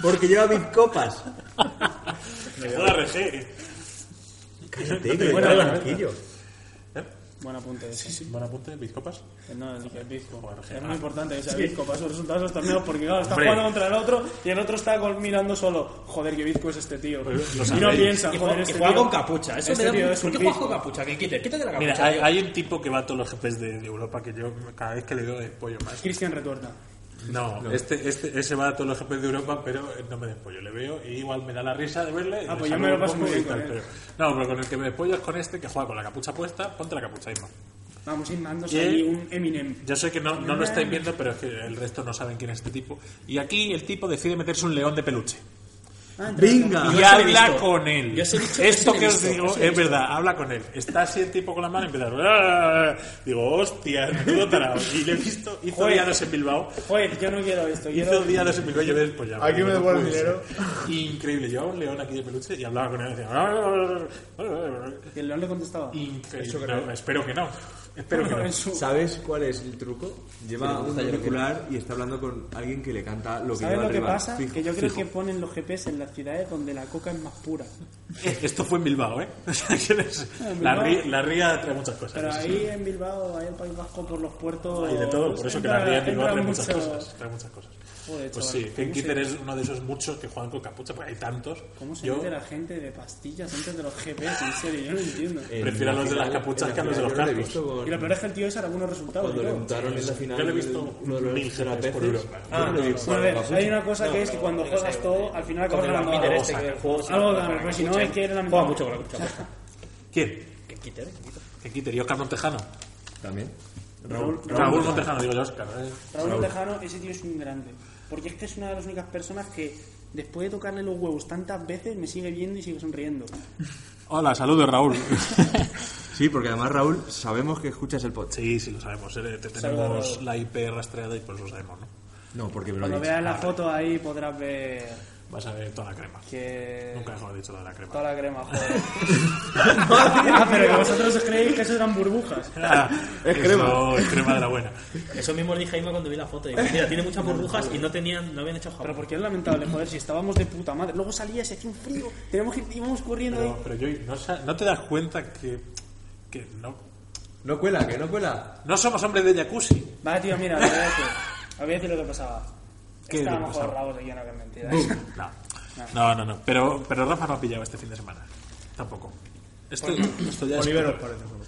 S2: Porque lleva mis copas.
S1: Que juega RG.
S2: Cállate, que
S4: Bueno,
S2: está
S4: bueno.
S2: blanquillo.
S4: Buen apunte. ese.
S1: Buen apunte, bizcopas.
S4: Eh, No, dije Bizco.
S1: RG.
S4: Es muy importante que sea Bizco para sus resultados de los torneos porque, claro, está
S1: Hombre.
S4: jugando contra el otro y el otro está gol- mirando solo. Joder, que Bizco es este tío.
S1: lo
S4: Y no
S1: sabéis.
S4: piensa,
S5: Y
S4: joder,
S5: juega, y
S4: este
S5: juega
S4: tío-
S5: con capucha. Eso
S4: este
S5: me da
S4: tío
S5: un-
S4: es
S5: ¿Por
S4: un
S5: qué juegas con
S4: bizco.
S5: capucha, Ken Kitter? Quítate la capucha.
S1: Mira, hay,
S5: tío.
S1: hay un tipo que va a todos los jefes de, de Europa que yo cada vez que le veo despollo más.
S4: Cristian Retuerta.
S1: No, Este, este, ese va a todos los jefes de Europa, pero no me despollo. Le veo y igual me da la risa de verle. y
S4: Ah,
S1: le
S4: pues yo
S1: saludo
S4: me lo
S1: un
S4: paso
S1: poco
S4: muy
S1: y
S4: bien con él.
S1: pero- no, pero con el que me despollo es con este que juega con la capucha puesta. Ponte la capucha, Isma.
S4: Vamos, ir mandándose
S1: Y-
S4: ahí un Eminem.
S1: Yo sé que no, no lo estáis viendo, pero es que el resto no saben quién es este tipo. Y aquí el tipo decide meterse un león de peluche.
S4: Ah, entra-
S2: Venga.
S1: y
S5: Yo se lo he
S1: habla
S5: visto.
S1: con él.
S5: Yo se lo he dicho,
S1: Esto
S5: yo se lo he
S1: que os
S5: visto,
S1: digo
S5: yo se lo he
S1: es verdad, habla con él. Está así el tipo con la mano y empieza. "Ah". Digo, hostia, menudo tarado. Y le he visto, hizo
S4: Joder.
S1: día dos en Bilbao.
S4: Joder, yo no quiero esto.
S1: Hizo
S4: Quiero...
S1: día dos en Bilbao y yo después ya.
S6: Aquí me
S1: no
S6: devuelve
S1: puede
S6: el dinero.
S1: ser. Increíble. Llevaba un león aquí de peluche y hablaba con él. y Decía, "Ah".
S4: Y el león le contestaba.
S1: Increíble. No, espero que no. Espero que no.
S4: En su-
S2: ¿Sabes cuál es el truco? Lleva un auricular y está hablando con alguien que le canta lo que
S4: ¿Sabes
S2: lleva
S4: lo que
S2: arriba.
S4: pasa?
S2: Fijo,
S4: que yo creo
S2: fijo.
S4: que ponen los GPS en las ciudades donde la coca es más pura.
S1: Esto fue en Bilbao, ¿eh? O sea, que es-
S4: En
S1: La,
S4: Bilbao.
S1: ría, la ría trae muchas cosas.
S4: Pero
S1: sí, sí.
S4: ahí en Bilbao, ahí en País Vasco, por los puertos...
S1: Hay de todo, por eso que la
S4: entra-
S1: ría en Bilbao
S4: entra
S1: trae muchas
S4: mucho-
S1: cosas. Trae muchas cosas.
S4: Joder,
S1: Pues
S4: chaval,
S1: sí,
S4: ¿cómo
S1: Ken
S4: se-
S1: Kitter es uno de esos muchos que juegan con capucha, porque hay tantos.
S4: ¿Cómo se
S1: Yo
S4: mete la gente de pastillas antes de los GPS? En serio, yo no entiendo.
S5: Eh,
S2: En
S1: prefiero a los de las
S2: final-
S1: capuchas
S2: en
S1: que a los de
S2: final
S1: los
S2: yo lo he
S1: cascos.
S2: visto con-
S4: Y lo peor es que el tío ese hará buenos resultados.
S2: Cuando le
S4: creo.
S2: untaron en la final.
S1: yo lo he visto
S2: uno de los
S1: mil
S2: gerapeces.
S1: por Europa.
S5: Ah, no, no,
S4: Bueno, a ver, hay una cosa que es que cuando juegas todo, al final acabas
S5: Con el
S4: ganando
S5: Peter
S4: algo.
S5: este que juego siempre
S4: Algo
S5: con
S4: ganado,
S5: la
S4: porque si no
S5: capucha,
S4: es que eres la
S5: Juega
S4: mejor.
S5: mucho con la capucha puesta.
S1: ¿Quién?
S5: Ken Kitter, Ken Kitter.
S1: Ken Kitter y Oscar Montejano.
S2: También.
S4: Raúl,
S1: Raúl Montejano, digo yo, Oscar. ¿eh?
S4: Raúl Montejano, ese tío es un grande. Porque es que es una de las únicas personas que, después de tocarle los huevos tantas veces, me sigue viendo y sigue sonriendo.
S1: Hola, saludos Raúl.
S2: Sí, porque además, Raúl, sabemos que escuchas el podcast.
S1: Pues sí, sí, lo sabemos. eh, te-
S4: Saludos,
S1: tenemos
S4: Raúl.
S1: la IP rastreada y por eso sabemos, ¿no?
S2: No, porque me lo
S4: Cuando
S2: dices.
S4: veas la foto ahí podrás ver
S1: Vas a ver toda la crema.
S4: que...
S1: Nunca mejor dicho lo de la crema.
S4: Toda la crema, joder. ah, pero que vosotros os creéis que eso eran burbujas.
S1: Ah,
S2: Es crema.
S1: eso es crema de la buena.
S5: Eso mismo le dije a Ima cuando vi la foto. Digo, mira, tiene muchas burbujas y no tenían, no habían hecho jabón.
S4: Pero porque es lamentable, joder, si estábamos de puta madre. Luego salía, se hacía un frío, teníamos que ir- íbamos corriendo
S1: Pero,
S4: ahí.
S1: pero yo, no, sa- ¿no te das cuenta que, que no,
S2: No cuela, que no cuela.
S1: no somos hombres de jacuzzi?
S4: Vale, tío, mira, te voy a decir, os voy a decir lo que pasaba.
S1: ¿Qué te
S4: Estábamos
S1: pasaba?
S4: jorrados de lleno que es mentira. ¿eh?
S1: No, no, no. no. Pero, pero Rafa no ha pillado este fin de semana. Tampoco. Esto, esto ya es-
S3: Oliver os parece solo.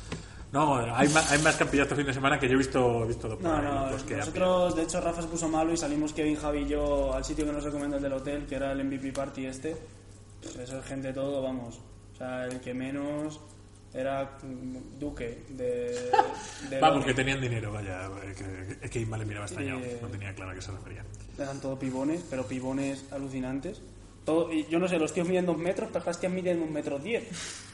S1: No, hay más, hay más que han pillado este fin de semana que yo he visto, he visto dos por
S4: No,
S1: ahí,
S4: no,
S1: los Pues que han
S4: nosotros, de hecho, Rafa se puso malo y salimos Kevin, Javi y yo al sitio que nos recomendó el del hotel, que era el MVP Party este. Pues eso es gente todo, vamos. O sea, el que menos era mm, Duque de... de
S1: Vamos,
S4: Londres.
S1: que tenían dinero, vaya. eh, que- Es que Inma le miraba extrañado,
S4: Eh,
S1: no tenía claro a qué se refería.
S4: Eran todo pibones, pero pibones alucinantes. Todo, y yo no sé, los tíos miden dos metros, pero las tías miden un metro diez.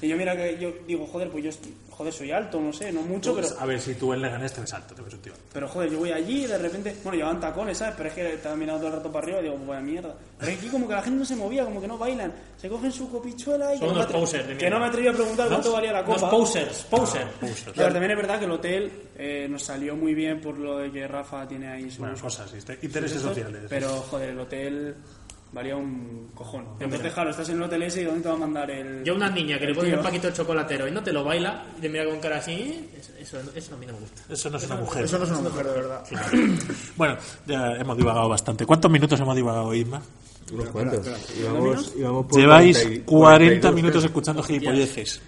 S4: Y yo mira que yo digo, joder, pues yo estoy- joder, soy alto, no sé, no mucho,
S5: Pues,
S4: pero,
S1: A ver, si tú en Leganés te ves alto, te ves un tío. alto.
S4: pero joder, yo voy allí y de repente, bueno, llevaban tacones, ¿sabes? Pero es que estaba mirando todo el rato para arriba y digo, pues vaya mierda. Pero aquí como que la gente no se movía, como que no bailan, se cogen su copichuela y
S5: Son
S4: que, no me
S5: unos
S4: atre-
S5: posers de
S4: que no
S5: mierda.
S4: me atreví a preguntar cuánto valía la
S5: Los
S4: copa.
S5: posers, poser.
S1: Ah, Posers.
S4: Pero también es verdad que el hotel eh, nos salió muy bien por lo de que Rafa tiene ahí sus
S1: Bueno, cosas, este- intereses
S4: Eso,
S1: sociales.
S4: Pero, joder, el hotel valía un cojón. Entonces, claro, estás en el hotel ese y ¿dónde te va a mandar el...?
S5: Yo a una niña que le
S4: el
S5: pone
S4: tío?
S5: un paquito de chocolatero y no te lo baila y te mira con cara así, eso, eso, eso a mí no me gusta.
S1: Eso no es una mujer.
S3: Eso no es una mujer, de verdad.
S1: Bueno, ya hemos divagado bastante. ¿Cuántos minutos hemos divagado, Isma?
S2: Unos cuantos. Íbamos, íbamos
S7: Pues
S2: por
S1: Lleváis
S2: 40 y-
S1: 40 minutos escuchando gilipolleces.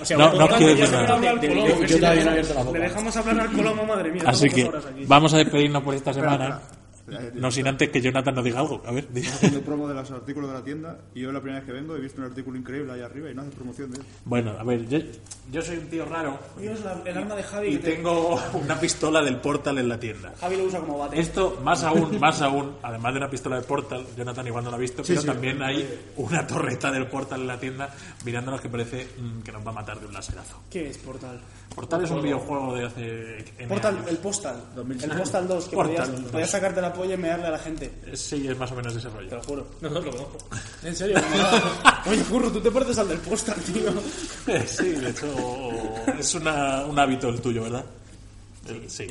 S5: O sea,
S1: No,
S5: un-
S1: no
S5: un-
S1: quiero
S5: un-
S1: decir nada.
S5: de- de- de-
S4: Yo todavía no he abierto la boca. Le dejamos hablar al Colomo, madre mía.
S1: Así
S4: estamos
S1: que
S4: dos horas aquí.
S1: vamos a despedirnos por esta semana. No sin antes que Jonathan nos diga algo. A ver, di-
S6: Haciendo promo de los artículos de la tienda y yo la primera vez que vengo he visto un artículo increíble ahí arriba y no hace promoción de él.
S1: Bueno, a ver, yo, yo soy un tío raro
S4: Dios, la- el arma de Javi
S1: y
S4: que te-
S1: tengo una pistola del Portal en la tienda.
S4: Javi lo usa como bate.
S1: Esto, más aún, más aún, además de una pistola del Portal, Jonathan igual no la ha visto, pero también hay una torreta del Portal en la tienda mirándonos que parece mm, que nos va a matar de un laserazo.
S4: ¿Qué es Portal?
S1: Portal es un videojuego de hace... N
S4: Portal,
S1: años.
S4: el Postal. El Postal 2, que
S1: Portal
S4: podías,
S1: 2.
S4: podías sacarte la polla y mearle a la gente.
S1: Sí, es más o menos de ese
S4: Te
S1: rollo.
S4: lo juro.
S5: No, no, lo conozco.
S4: En serio. no. Oye, curro, tú te pareces al del Postal, tío.
S1: Sí, de hecho, es una- un hábito el tuyo, ¿verdad? El- Sí.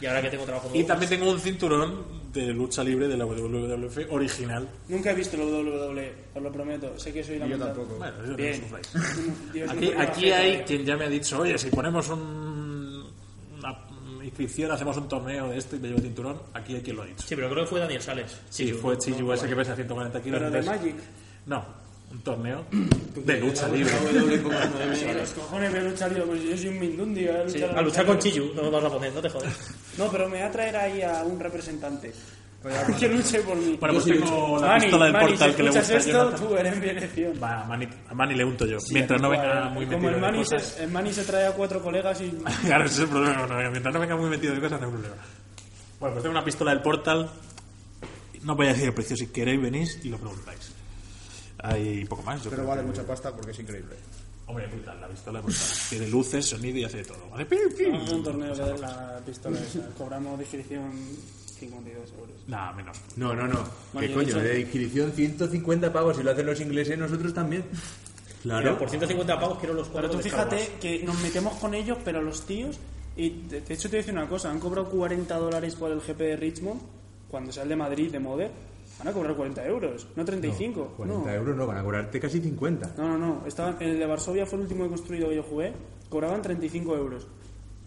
S5: Y ahora que tengo trabajo
S1: Y
S5: nuevo,
S1: también tengo un cinturón de lucha libre de la WWF original.
S4: Nunca he visto el WWE, os lo prometo. Sé que soy la
S6: Y yo
S4: mitad.
S6: tampoco.
S1: Bueno, eso no
S4: Bien.
S1: es un fly.
S4: Dios, no
S1: Aquí, aquí
S4: me imagino,
S1: hay
S4: tío.
S1: quien ya me ha dicho, oye, si ponemos un- una inscripción, hacemos un torneo de esto y me llevo el cinturón, aquí hay quien lo ha dicho.
S5: Sí, pero creo que fue Daniel Sales.
S1: Sí, fue Chiyu ese que pesa 140 kilos.
S4: Pero de
S1: entonces-
S4: Magic.
S1: No, un torneo de lucha libre.
S4: Sí, los cojones voy a luchar yo, pues yo soy un mindundi. voy a luchar,
S5: A luchar con Chiyu, no me vas a poner, no te jodas.
S4: No, pero me voy a traer ahí a un representante. Que luche por mí.
S1: Pues Bueno, pues
S4: Yo sí
S1: tengo
S4: lucho.
S1: la pistola del portal
S4: si
S1: que le
S4: escuchas
S1: gusta a
S4: esto,
S1: Jonathan.
S4: tú eres mi elección.
S1: Va, a Mani, a ¿eh? Mani le unto yo, mientras no venga muy
S4: Como
S1: metido
S4: el
S1: de
S4: Mani,
S1: cosas.
S4: se, el Mani se trae a cuatro colegas y...
S1: Claro, ese es el problema. no, mientras no venga muy metido de cosas, no hay problema. Bueno, pues tengo una pistola del Portal. No voy a decir el precio. Si queréis, venís y lo preguntáis. Hay poco más. Yo
S6: Pero
S1: creo
S6: vale
S1: que-
S6: mucha pasta porque es increíble.
S1: Hombre, brutal, la pistola es brutal. Tiene luces, sonido y hace de todo. Hace pim, pim.
S4: Vamos a un torneo que dé la pistola esa. Cobramos de inscripción 52 euros.
S1: Nada, menos.
S2: No, no, no. ¿Qué
S4: yo
S2: coño?
S4: he dicho-
S2: De inscripción 150 pavos. Si lo hacen los ingleses, nosotros también.
S5: Pero
S2: Claro.
S5: por 150 pavos quiero los
S4: Pero
S5: cuatro
S4: tú
S5: de Star
S4: fíjate que nos metemos con ellos, pero los tíos... Y de de hecho te voy a decir una cosa, han cobrado 40 dólares por el GP de Richmond, cuando sale de Madrid, de Moder, van a cobrar 40 euros, no 35.
S2: 40
S4: no.
S2: euros no, van a cobrarte casi 50.
S4: No, no, no. Estaban, el de Varsovia fue el último que construido que yo jugué. Cobraban 35 euros.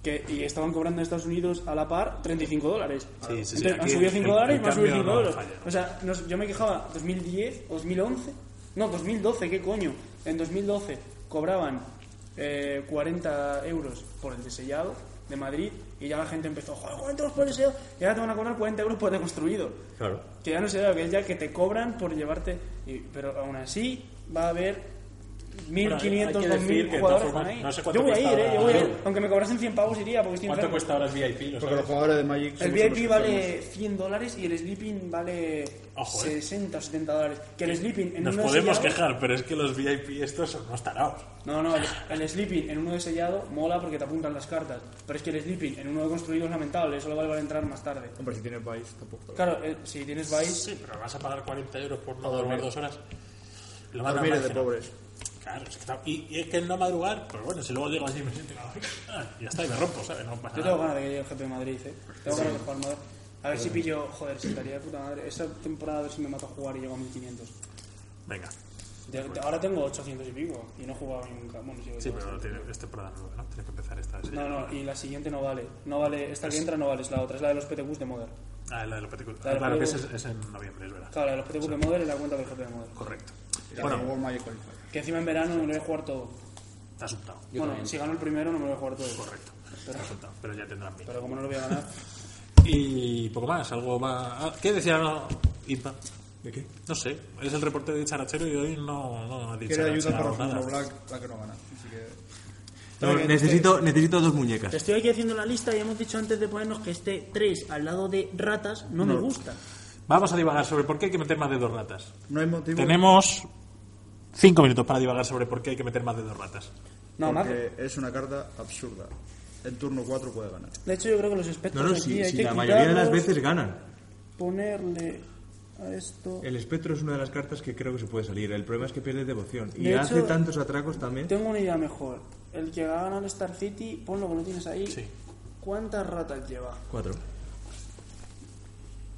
S4: Que, y estaban cobrando en Estados Unidos a la par 35 dólares.
S1: Sí, sí, sí.
S4: Entonces, han
S1: Aquí
S4: subido
S1: el-
S4: 5
S1: el
S4: dólares y me han subido
S1: cambio
S4: 5
S1: no
S4: dólares.
S1: falla, ¿no?
S4: O sea, nos- yo me quejaba 2010 o 2011. No, 2012, ¿qué coño? En 2012 cobraban eh, 40 euros por el desellado de Madrid y ya la gente empezó, joder, 40 euros por el desellado. Y ahora te van a cobrar 40 euros por el deconstruido.
S2: Claro.
S4: Que ya no será lo que es ya que te cobran por llevarte. y- pero aún así va a haber
S1: Bueno,
S4: 1.500,
S1: hay que decir
S4: 2.000
S1: que, de todas
S4: jugadores
S1: formas,
S4: están ahí.
S1: no sé cuánto
S4: yo voy a
S1: cuesta
S4: ir, eh, yo
S1: ahora-
S4: voy a ir. Aunque me cobrasen 100 pavos iría porque estoy
S1: ¿Cuánto
S4: enfermo.
S1: cuesta ahora el VIP? ¿Lo
S6: Porque los
S1: sabes?
S6: jugadores de Magic
S4: El
S6: somos
S4: VIP
S6: los
S4: vale 100 dólares y el Sleeping vale
S1: Ojo, eh.
S4: 60 o 70 dólares. Que el Sleeping en
S1: Nos
S4: uno de
S1: podemos
S4: sellado-
S1: quejar, pero es que los VIP estos son unos tarados.
S4: No, no, el, el Sleeping en uno de sellado mola porque te apuntan las cartas. Pero es que el Sleeping en uno de construido es lamentable, eso lo vale para entrar más tarde.
S6: Hombre, si tienes Vice tampoco.
S4: Claro, eh, si tienes Vice,
S1: Sí, pero vas a pagar 40 euros por no dormir dos horas. Lo más
S6: Dormir
S1: normal
S6: es de
S1: es que no.
S6: pobres.
S1: Claro, es que está- y, y es que no madrugar, pues bueno, si luego llego así y me siento ah, y ya está, y me rompo, ¿sabes? No pasa
S4: yo tengo
S1: nada.
S4: ganas de que llegue el GP de Madrid, eh. Tengo ganas de jugar Madrid. A ver si pillo, joder, si estaría de puta madre. Esta temporada a ver si me mato a jugar y llego a 1500.
S1: Venga.
S4: De- de- ahora tengo 800 y pico y no he jugado nunca. Bueno, sí,
S1: Sí,
S4: voy a-
S1: pero tiene, es temporada nueva, ¿no? Tiene que empezar esta. sí.
S4: No, no, y la siguiente no vale. No vale, esta que entra no vale, es la otra, es la de los PTQs de Modern.
S1: Ah, la de los peticos.
S4: La de
S1: claro, que
S4: los
S1: es, es en noviembre, es verdad.
S4: Claro, la de los PTQs de Modern es la cuenta del GP de Modern.
S1: Correcto.
S6: Bueno,
S1: Bueno,
S6: Magic Qualifier.
S4: Que encima en verano me lo voy a jugar todo.
S1: está asustado.
S4: bueno, si gano el primero no me lo voy a jugar todo.
S1: Correcto. Está asustado, pero ya tendrán mil.
S4: Pero como no lo voy a ganar,
S1: Y poco más, algo más. ah, ¿Qué decía Ipa? ¿De qué? No sé, es el reporte de Charachero y hoy no, no ha dicho
S6: Quiere ayuda para
S1: nada.
S6: Fórmula Black, la que no gana. Así que.
S2: No, necesito, necesito dos muñecas.
S4: Te estoy aquí haciendo la lista y hemos dicho antes de ponernos que este 3 al lado de ratas no, me gusta.
S1: Vamos a divagar sobre por qué hay que meter más de dos ratas.
S6: No hay motivo.
S1: Tenemos cinco minutos para divagar sobre por qué hay que meter más de dos ratas.
S4: No, mazo.
S6: porque es una carta absurda. En turno 4 puede ganar.
S4: De hecho, yo creo que los espectros.
S2: No, no,
S4: aquí
S2: si,
S4: hay
S2: si
S4: que
S2: la mayoría de las
S4: quitarlos,
S2: veces ganan.
S4: Ponerle a esto.
S2: El espectro es una de las cartas que creo que se puede salir. El problema es que pierde devoción. Y
S4: De
S2: hace
S4: hecho,
S2: tantos atracos también.
S4: Tengo una idea mejor. El que gana el Star City, ponlo que lo tienes ahí.
S1: Sí.
S4: ¿Cuántas ratas lleva?
S2: Cuatro.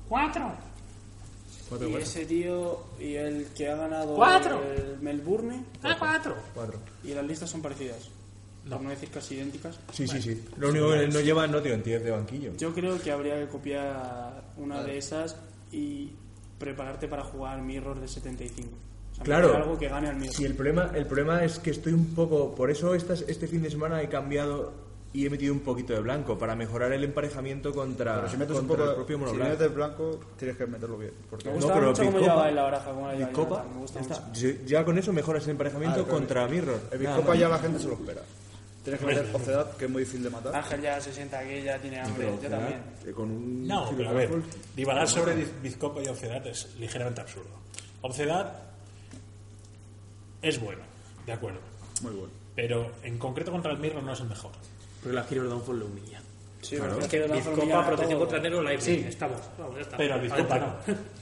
S4: ¡Cuatro!
S2: Cuatro,
S4: y
S2: cuatro.
S4: ese tío y el que ha ganado
S1: ¡Cuatro!
S4: el Melbourne
S1: cuatro!
S2: Cuatro.
S4: y las listas son parecidas. Por no decir casi idénticas.
S2: Sí, sí, sí. Lo único que no lleva no en 10 de banquillo.
S4: Yo creo que habría que copiar una de esas y prepararte para jugar Mirror de 75. O sea,
S2: Claro.
S4: meter Algo que gane al Mirror.
S2: Sí, el problema, el problema es que estoy un poco. Por eso estas, este fin de semana he cambiado y he metido un poquito de blanco para mejorar el emparejamiento contra,
S6: Pero si metes un
S2: contra
S6: poco
S2: el propio mono
S6: si
S2: blanco.
S6: metes blanco, tienes que meterlo bien.
S4: Me
S6: Porque
S4: gusta
S2: pero
S4: mucho cómo
S2: Bitcopa-
S4: lleva la baraja. cómo la lleva
S2: Biscopa,
S4: Jonathan, Me gusta
S2: ya
S4: mucho.
S2: está. Yo- Ya con eso mejoras el emparejamiento
S6: claro.
S2: contra Mirror.
S6: el
S2: Nada
S6: Biscopa
S2: más.
S6: ya la gente se lo espera. Tienes que meter Ocedad, que es muy difícil de
S7: Ah.
S6: matar.
S4: Ángel ya se sienta aquí, ya tiene hambre. Yo también.
S2: Eh, Con un
S1: No, pero a ver,
S2: Fiberapple.
S1: divagar sobre Biz- Bizcopa y Obcedad es ligeramente absurdo. Obcedad es bueno, de acuerdo,
S6: Muy bueno.
S1: pero en concreto contra el Mirror no es el mejor.
S7: Porque la Hero Downfall lo humilla.
S4: Sí, porque es que Jonathan lo
S5: Bizcopa,
S4: humilla
S5: protección
S4: todo.
S5: contra negro, la Sí, estamos. Vamos, ya está.
S1: Pero al Bizcopa no.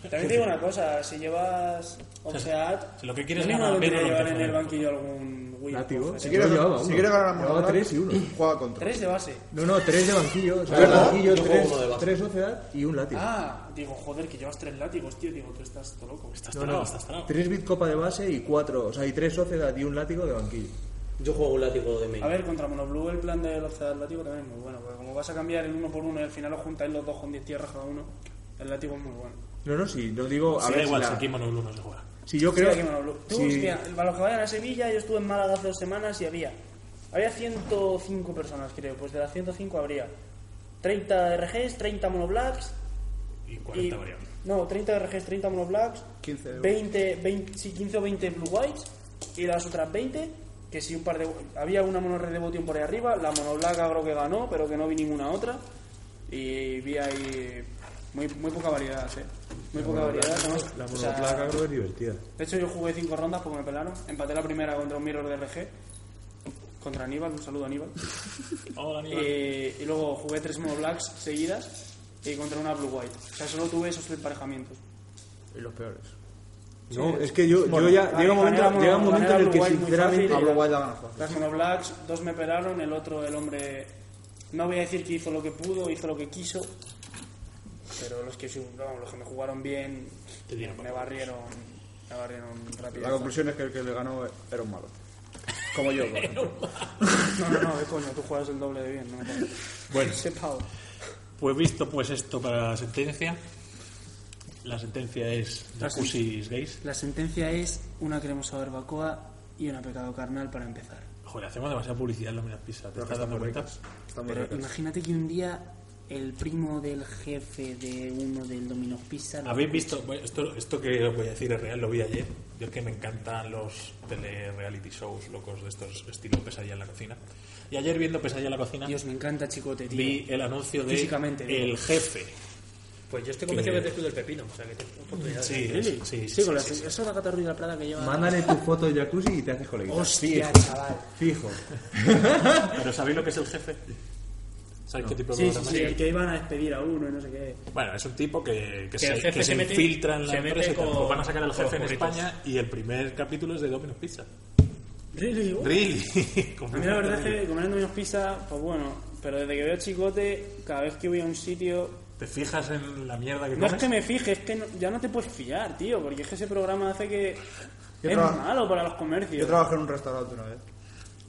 S4: También te digo una cosa, si llevas
S1: sea,
S4: Obseat,
S1: si lo que quieres
S4: yo
S1: ganar
S4: mismo
S1: al
S4: tendría
S1: Mirror,
S4: que llevar
S1: lo
S4: en el
S1: dejo.
S4: banquillo algún Wii.
S2: Látigo.
S4: por
S6: Si
S4: favor.
S2: Yo
S6: quieres,
S2: llevaba
S6: si
S2: uno.
S6: quieres ganar a Mono
S2: Llevaba
S6: Black,
S2: tres y uno.
S6: Juega contra.
S4: Tres de base.
S2: No, no, tres de banquillo. O sea,
S6: Claro.
S2: banquillo,
S7: Yo juego
S2: tres,
S7: uno de base.
S2: tres Ocedad y un látigo.
S4: Ah, digo, joder, que llevas tres látigos, tío. Digo, tú estás todo loco.
S1: Estás
S2: No,
S1: tarado,
S2: no,
S1: estás tarado.
S2: tres bitcopa de base y cuatro, o sea, y tres Ocedad y un látigo de banquillo.
S7: Yo juego un látigo de main.
S4: A ver, contra Monoblue el plan del Obseat látigo también es muy bueno. Porque como vas a cambiar el uno por uno y al final lo juntáis los dos con 10 tierras cada uno, el látigo es muy bueno.
S2: No, no, sí, no digo. A
S1: Sí, da
S2: ver,
S1: igual,
S2: si,
S1: si
S2: la-
S1: aquí Mono Blue no se juega.
S2: si yo
S4: Creo
S2: creo.
S4: que Monoblue. Tú,
S2: si-
S4: hostia, para los que vayan a Sevilla, yo estuve en Málaga hace dos semanas y había. Había 105 personas, creo. Pues de las 105 habría 30 RGs, 30 monoblacks,
S1: Y 40
S4: Y-
S1: variables.
S4: No, 30 RGs, 30 mono blacks,
S6: 15 euros.
S4: 20, 20, sí, 15 o 20 blue whites y las otras 20, que si un par de... Había una mono red de botión por ahí arriba, la mono black creo que ganó, pero que no vi ninguna otra y vi ahí muy, muy poca variedad, ¿eh? Muy poca variedad, ¿no?
S2: La
S4: O sea,
S2: monoplaca creo que es divertida.
S4: de hecho yo jugué 5 rondas porque me pelaron, empaté la primera contra un mirror de RG, contra Aníbal, un saludo a Aníbal.
S1: Hola, Aníbal.
S4: Eh, y luego jugué tres mono blacks seguidas y contra una blue white. O sea, solo tuve esos emparejamientos.
S6: Y los peores.
S2: No, es que yo, yo ya.
S4: Gané-
S2: Llega un
S4: gané la
S2: momento, llega un
S4: mono- gané
S2: momento en
S4: la
S2: el que,
S4: Blue White muy
S2: sinceramente.
S4: fácil.
S6: Hablo guay la gana fácil.
S4: Las monoblacks, dos me pelaron, el otro, el hombre, no voy a decir que hizo lo que pudo, hizo lo que quiso, pero los que, su- vamos, los que me jugaron bien
S1: Te dieron
S4: me barrieron, me barrieron rápido.
S6: La
S2: pues-
S6: conclusión es que el que le ganó era un malo. Como yo, por ejemplo.
S4: No, no, no, qué coño, tú juegas el doble de bien, no me jodas.
S1: Bueno.
S4: Ese pavo.
S1: Pues visto pues esto para la sentencia. La sentencia es Jacuzzis Gays.
S4: La sentencia es una cremosa barbacoa y una pecado carnal para empezar.
S1: Joder, hacemos demasiada publicidad en la Minas Pisa. Te estás dando cuenta.
S6: Está muy
S4: Pero
S6: bien.
S4: imagínate que un día el primo del jefe de uno del Domino's Pizza. lo
S1: Habéis
S4: escucha.
S1: visto, bueno, esto, esto que os voy a decir es real, lo vi ayer. Yo es que me encantan los tele-reality shows locos de estos estilo pesadilla en la cocina. Y ayer viendo pesadilla en la cocina
S4: Dios, me encanta Chicote, tío.
S1: vi el anuncio de
S4: Físicamente, digo.
S1: El Jefe.
S5: Pues yo estoy convencido
S1: Que-
S5: que te el pepino, o sea que tengo oportunidades.
S1: Sí,
S4: Really?
S1: sí, sí,
S4: Sí, con la
S1: sí, sí.
S4: esa Gata Ruiz de la Prada que lleva.
S2: Mándale tu foto de jacuzzi y te haces colega.
S4: Hostia, chaval.
S2: Fijo.
S1: Pero ¿sabéis lo que es El Jefe? ¿Sabéis qué tipo de
S4: Sí, sí,
S1: programa
S4: sí,
S1: es?
S4: el que iban a despedir a uno y no sé qué.
S1: Bueno, es un tipo que, que se,
S5: el jefe
S1: que se
S5: se mete-
S1: infiltra en la
S5: se mete
S1: empresa y tal.
S5: con-
S1: Pues van a sacar al
S5: con
S1: jefe en
S5: los burritos.
S1: España y el primer capítulo es de Domino's Pizza.
S4: Really? Uh.
S1: Really.
S4: A mí la verdad es que comer en Domino's Pizza, pues bueno, pero desde que veo Chicote, cada vez que voy a un sitio...
S1: ¿Te fijas en la mierda que
S4: No
S1: comes?
S4: es que me fije, es que no- ya no te puedes fiar, tío, porque es que ese programa hace que...
S6: Yo
S4: es
S6: traba-
S4: malo para los
S6: Yo
S4: comercios.
S6: trabajé en un restaurante una vez.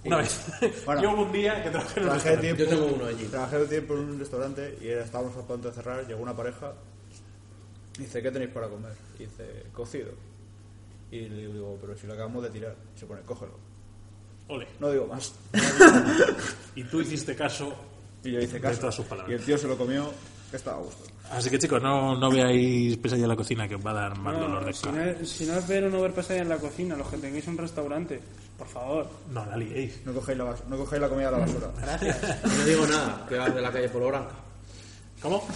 S1: Una vez.
S6: Bueno.
S1: Yo hubo un día que trabajé en un
S6: Trabajé
S1: restaurante.
S6: tiempo,
S7: Yo tengo uno allí.
S6: Trabajé un tiempo en un restaurante y era- estábamos a punto de cerrar. Llegó una pareja. Dice, ¿qué tenéis para comer? Y dice, cocido. Y le digo, pero si lo acabamos de tirar. Y se pone, cógelo.
S1: Ole.
S6: No digo más.
S1: Y tú hiciste caso.
S6: Y yo hice
S1: De
S6: caso.
S1: todas sus palabras.
S6: Y el tío se lo comió, que estaba a gusto.
S1: Así que chicos, no, no veáis pesadilla en la cocina que os va a dar más
S4: No,
S1: dolor de
S4: si,
S1: cabeza.
S4: no es, si no es ver o no ver pesadilla en la cocina, los que tengáis un restaurante, por favor.
S1: No, la liéis.
S6: No cogéis la, bas- no cogéis la comida de la basura.
S7: No digo nada, que vas de la calle Polo Branca.
S1: ¿Cómo?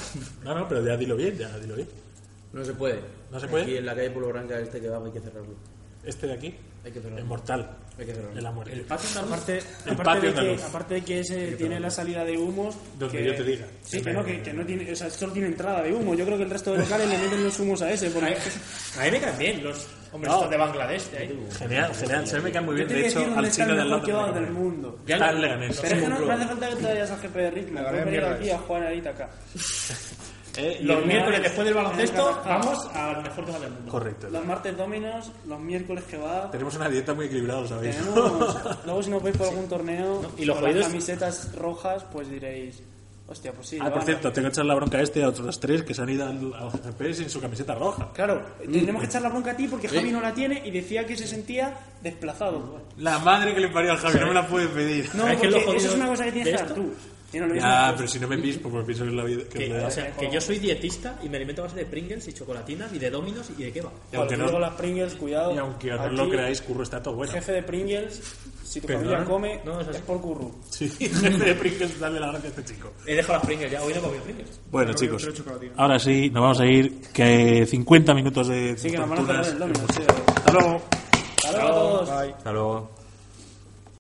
S1: No, no, pero ya dilo bien, ya dilo bien.
S7: No se puede.
S1: ¿No se puede?
S7: Aquí en la calle Polo Branca este que va hay que cerrarlo.
S1: Este de aquí,
S7: Hay que
S1: el
S7: cerrarlo.
S1: mortal,
S7: Hay que cerrarlo.
S1: el amor. El
S4: Aparte,
S1: El
S4: aparte,
S1: patio
S4: de que,
S1: andaluz.
S4: aparte de que ese tiene la salida de humos.
S1: Donde
S4: que-
S1: yo te diga.
S4: Sí, que no, que, que no tiene. O sea, solo tiene entrada de humo. Yo creo que el resto de locales le meten los humos a ese. Porque...
S5: A mí me caen bien los hombres estos de Bangladesh. de ahí.
S1: Genial, genial. Se me cae muy
S4: Yo
S1: bien.
S4: te voy
S1: De
S4: a
S1: hecho,
S4: decir dónde
S1: al
S4: está
S1: chino
S4: el
S1: de al
S4: mejor
S1: lado
S4: kebab
S1: también
S4: del
S1: me cae.
S4: mundo.
S1: Está en Leganés.
S4: Pero es que no, no hace falta que te vayas al jefe de ritmo.
S6: La
S4: Puedes
S6: gran
S4: venir
S6: mierda
S4: aquí
S6: es.
S4: a jugar ahí acá.
S1: Eh, y
S5: Los
S1: el-
S5: miércoles después del
S4: en
S5: baloncesto
S4: Carvajal.
S5: vamos al mejor tema del mundo.
S1: Correcto.
S4: Los martes dominos, los miércoles que va.
S1: Tenemos una dieta muy equilibrada, lo sabéis.
S4: Tenemos, luego si nos veis por algún torneo
S5: Y los
S4: con las
S5: jodidos-
S4: camisetas rojas, pues diréis, hostia, pues sí.
S1: Ah, por
S4: van a-
S1: cierto, tengo que echar la bronca a este y a otros tres que se han ido al, al GP sin su camiseta roja.
S4: Claro,
S5: Mm.
S4: tenemos que echar la bronca a ti porque Javi no la tiene y decía que se sentía desplazado.
S1: La madre que le parió al Javi, no me la puede pedir.
S4: No,
S5: ¿Sabes qué es
S4: porque
S5: lo
S4: eso
S5: jodido
S4: es una cosa que tienes
S5: de
S4: que dar
S5: esto?
S4: tú. Yo no lo
S1: Ya,
S4: mismo.
S1: pero si no me pis, pues me piso en la vida que
S5: Que,
S1: le da.
S5: o sea, que yo soy dietista y me alimento a base de Pringles y chocolatinas y de Dominos y de kebab.
S1: Y aunque
S4: Cuando
S1: no-
S4: digo las Pringles, cuidado.
S1: Y aunque no
S4: aquí,
S1: lo creáis, Curro está todo bueno.
S4: Jefe de Pringles, si tu
S1: Perdón.
S4: familia come,
S5: No,
S4: es,
S5: es así.
S4: por curru.
S1: Sí, jefe de Pringles, dale la gracia a este chico.
S5: He dejado las Pringles ya, hoy no comido Pringles.
S1: Bueno,
S6: Pero
S1: chicos,
S6: quiero chocolatina.
S1: ahora sí, nos vamos a ir. Que 50 minutos de
S4: Sí, que nos van a cerrar
S1: torturas.
S5: pues.
S4: el domino, sí.
S1: Hasta luego.
S4: Hasta luego a todos.
S6: Bye.
S2: Hasta luego.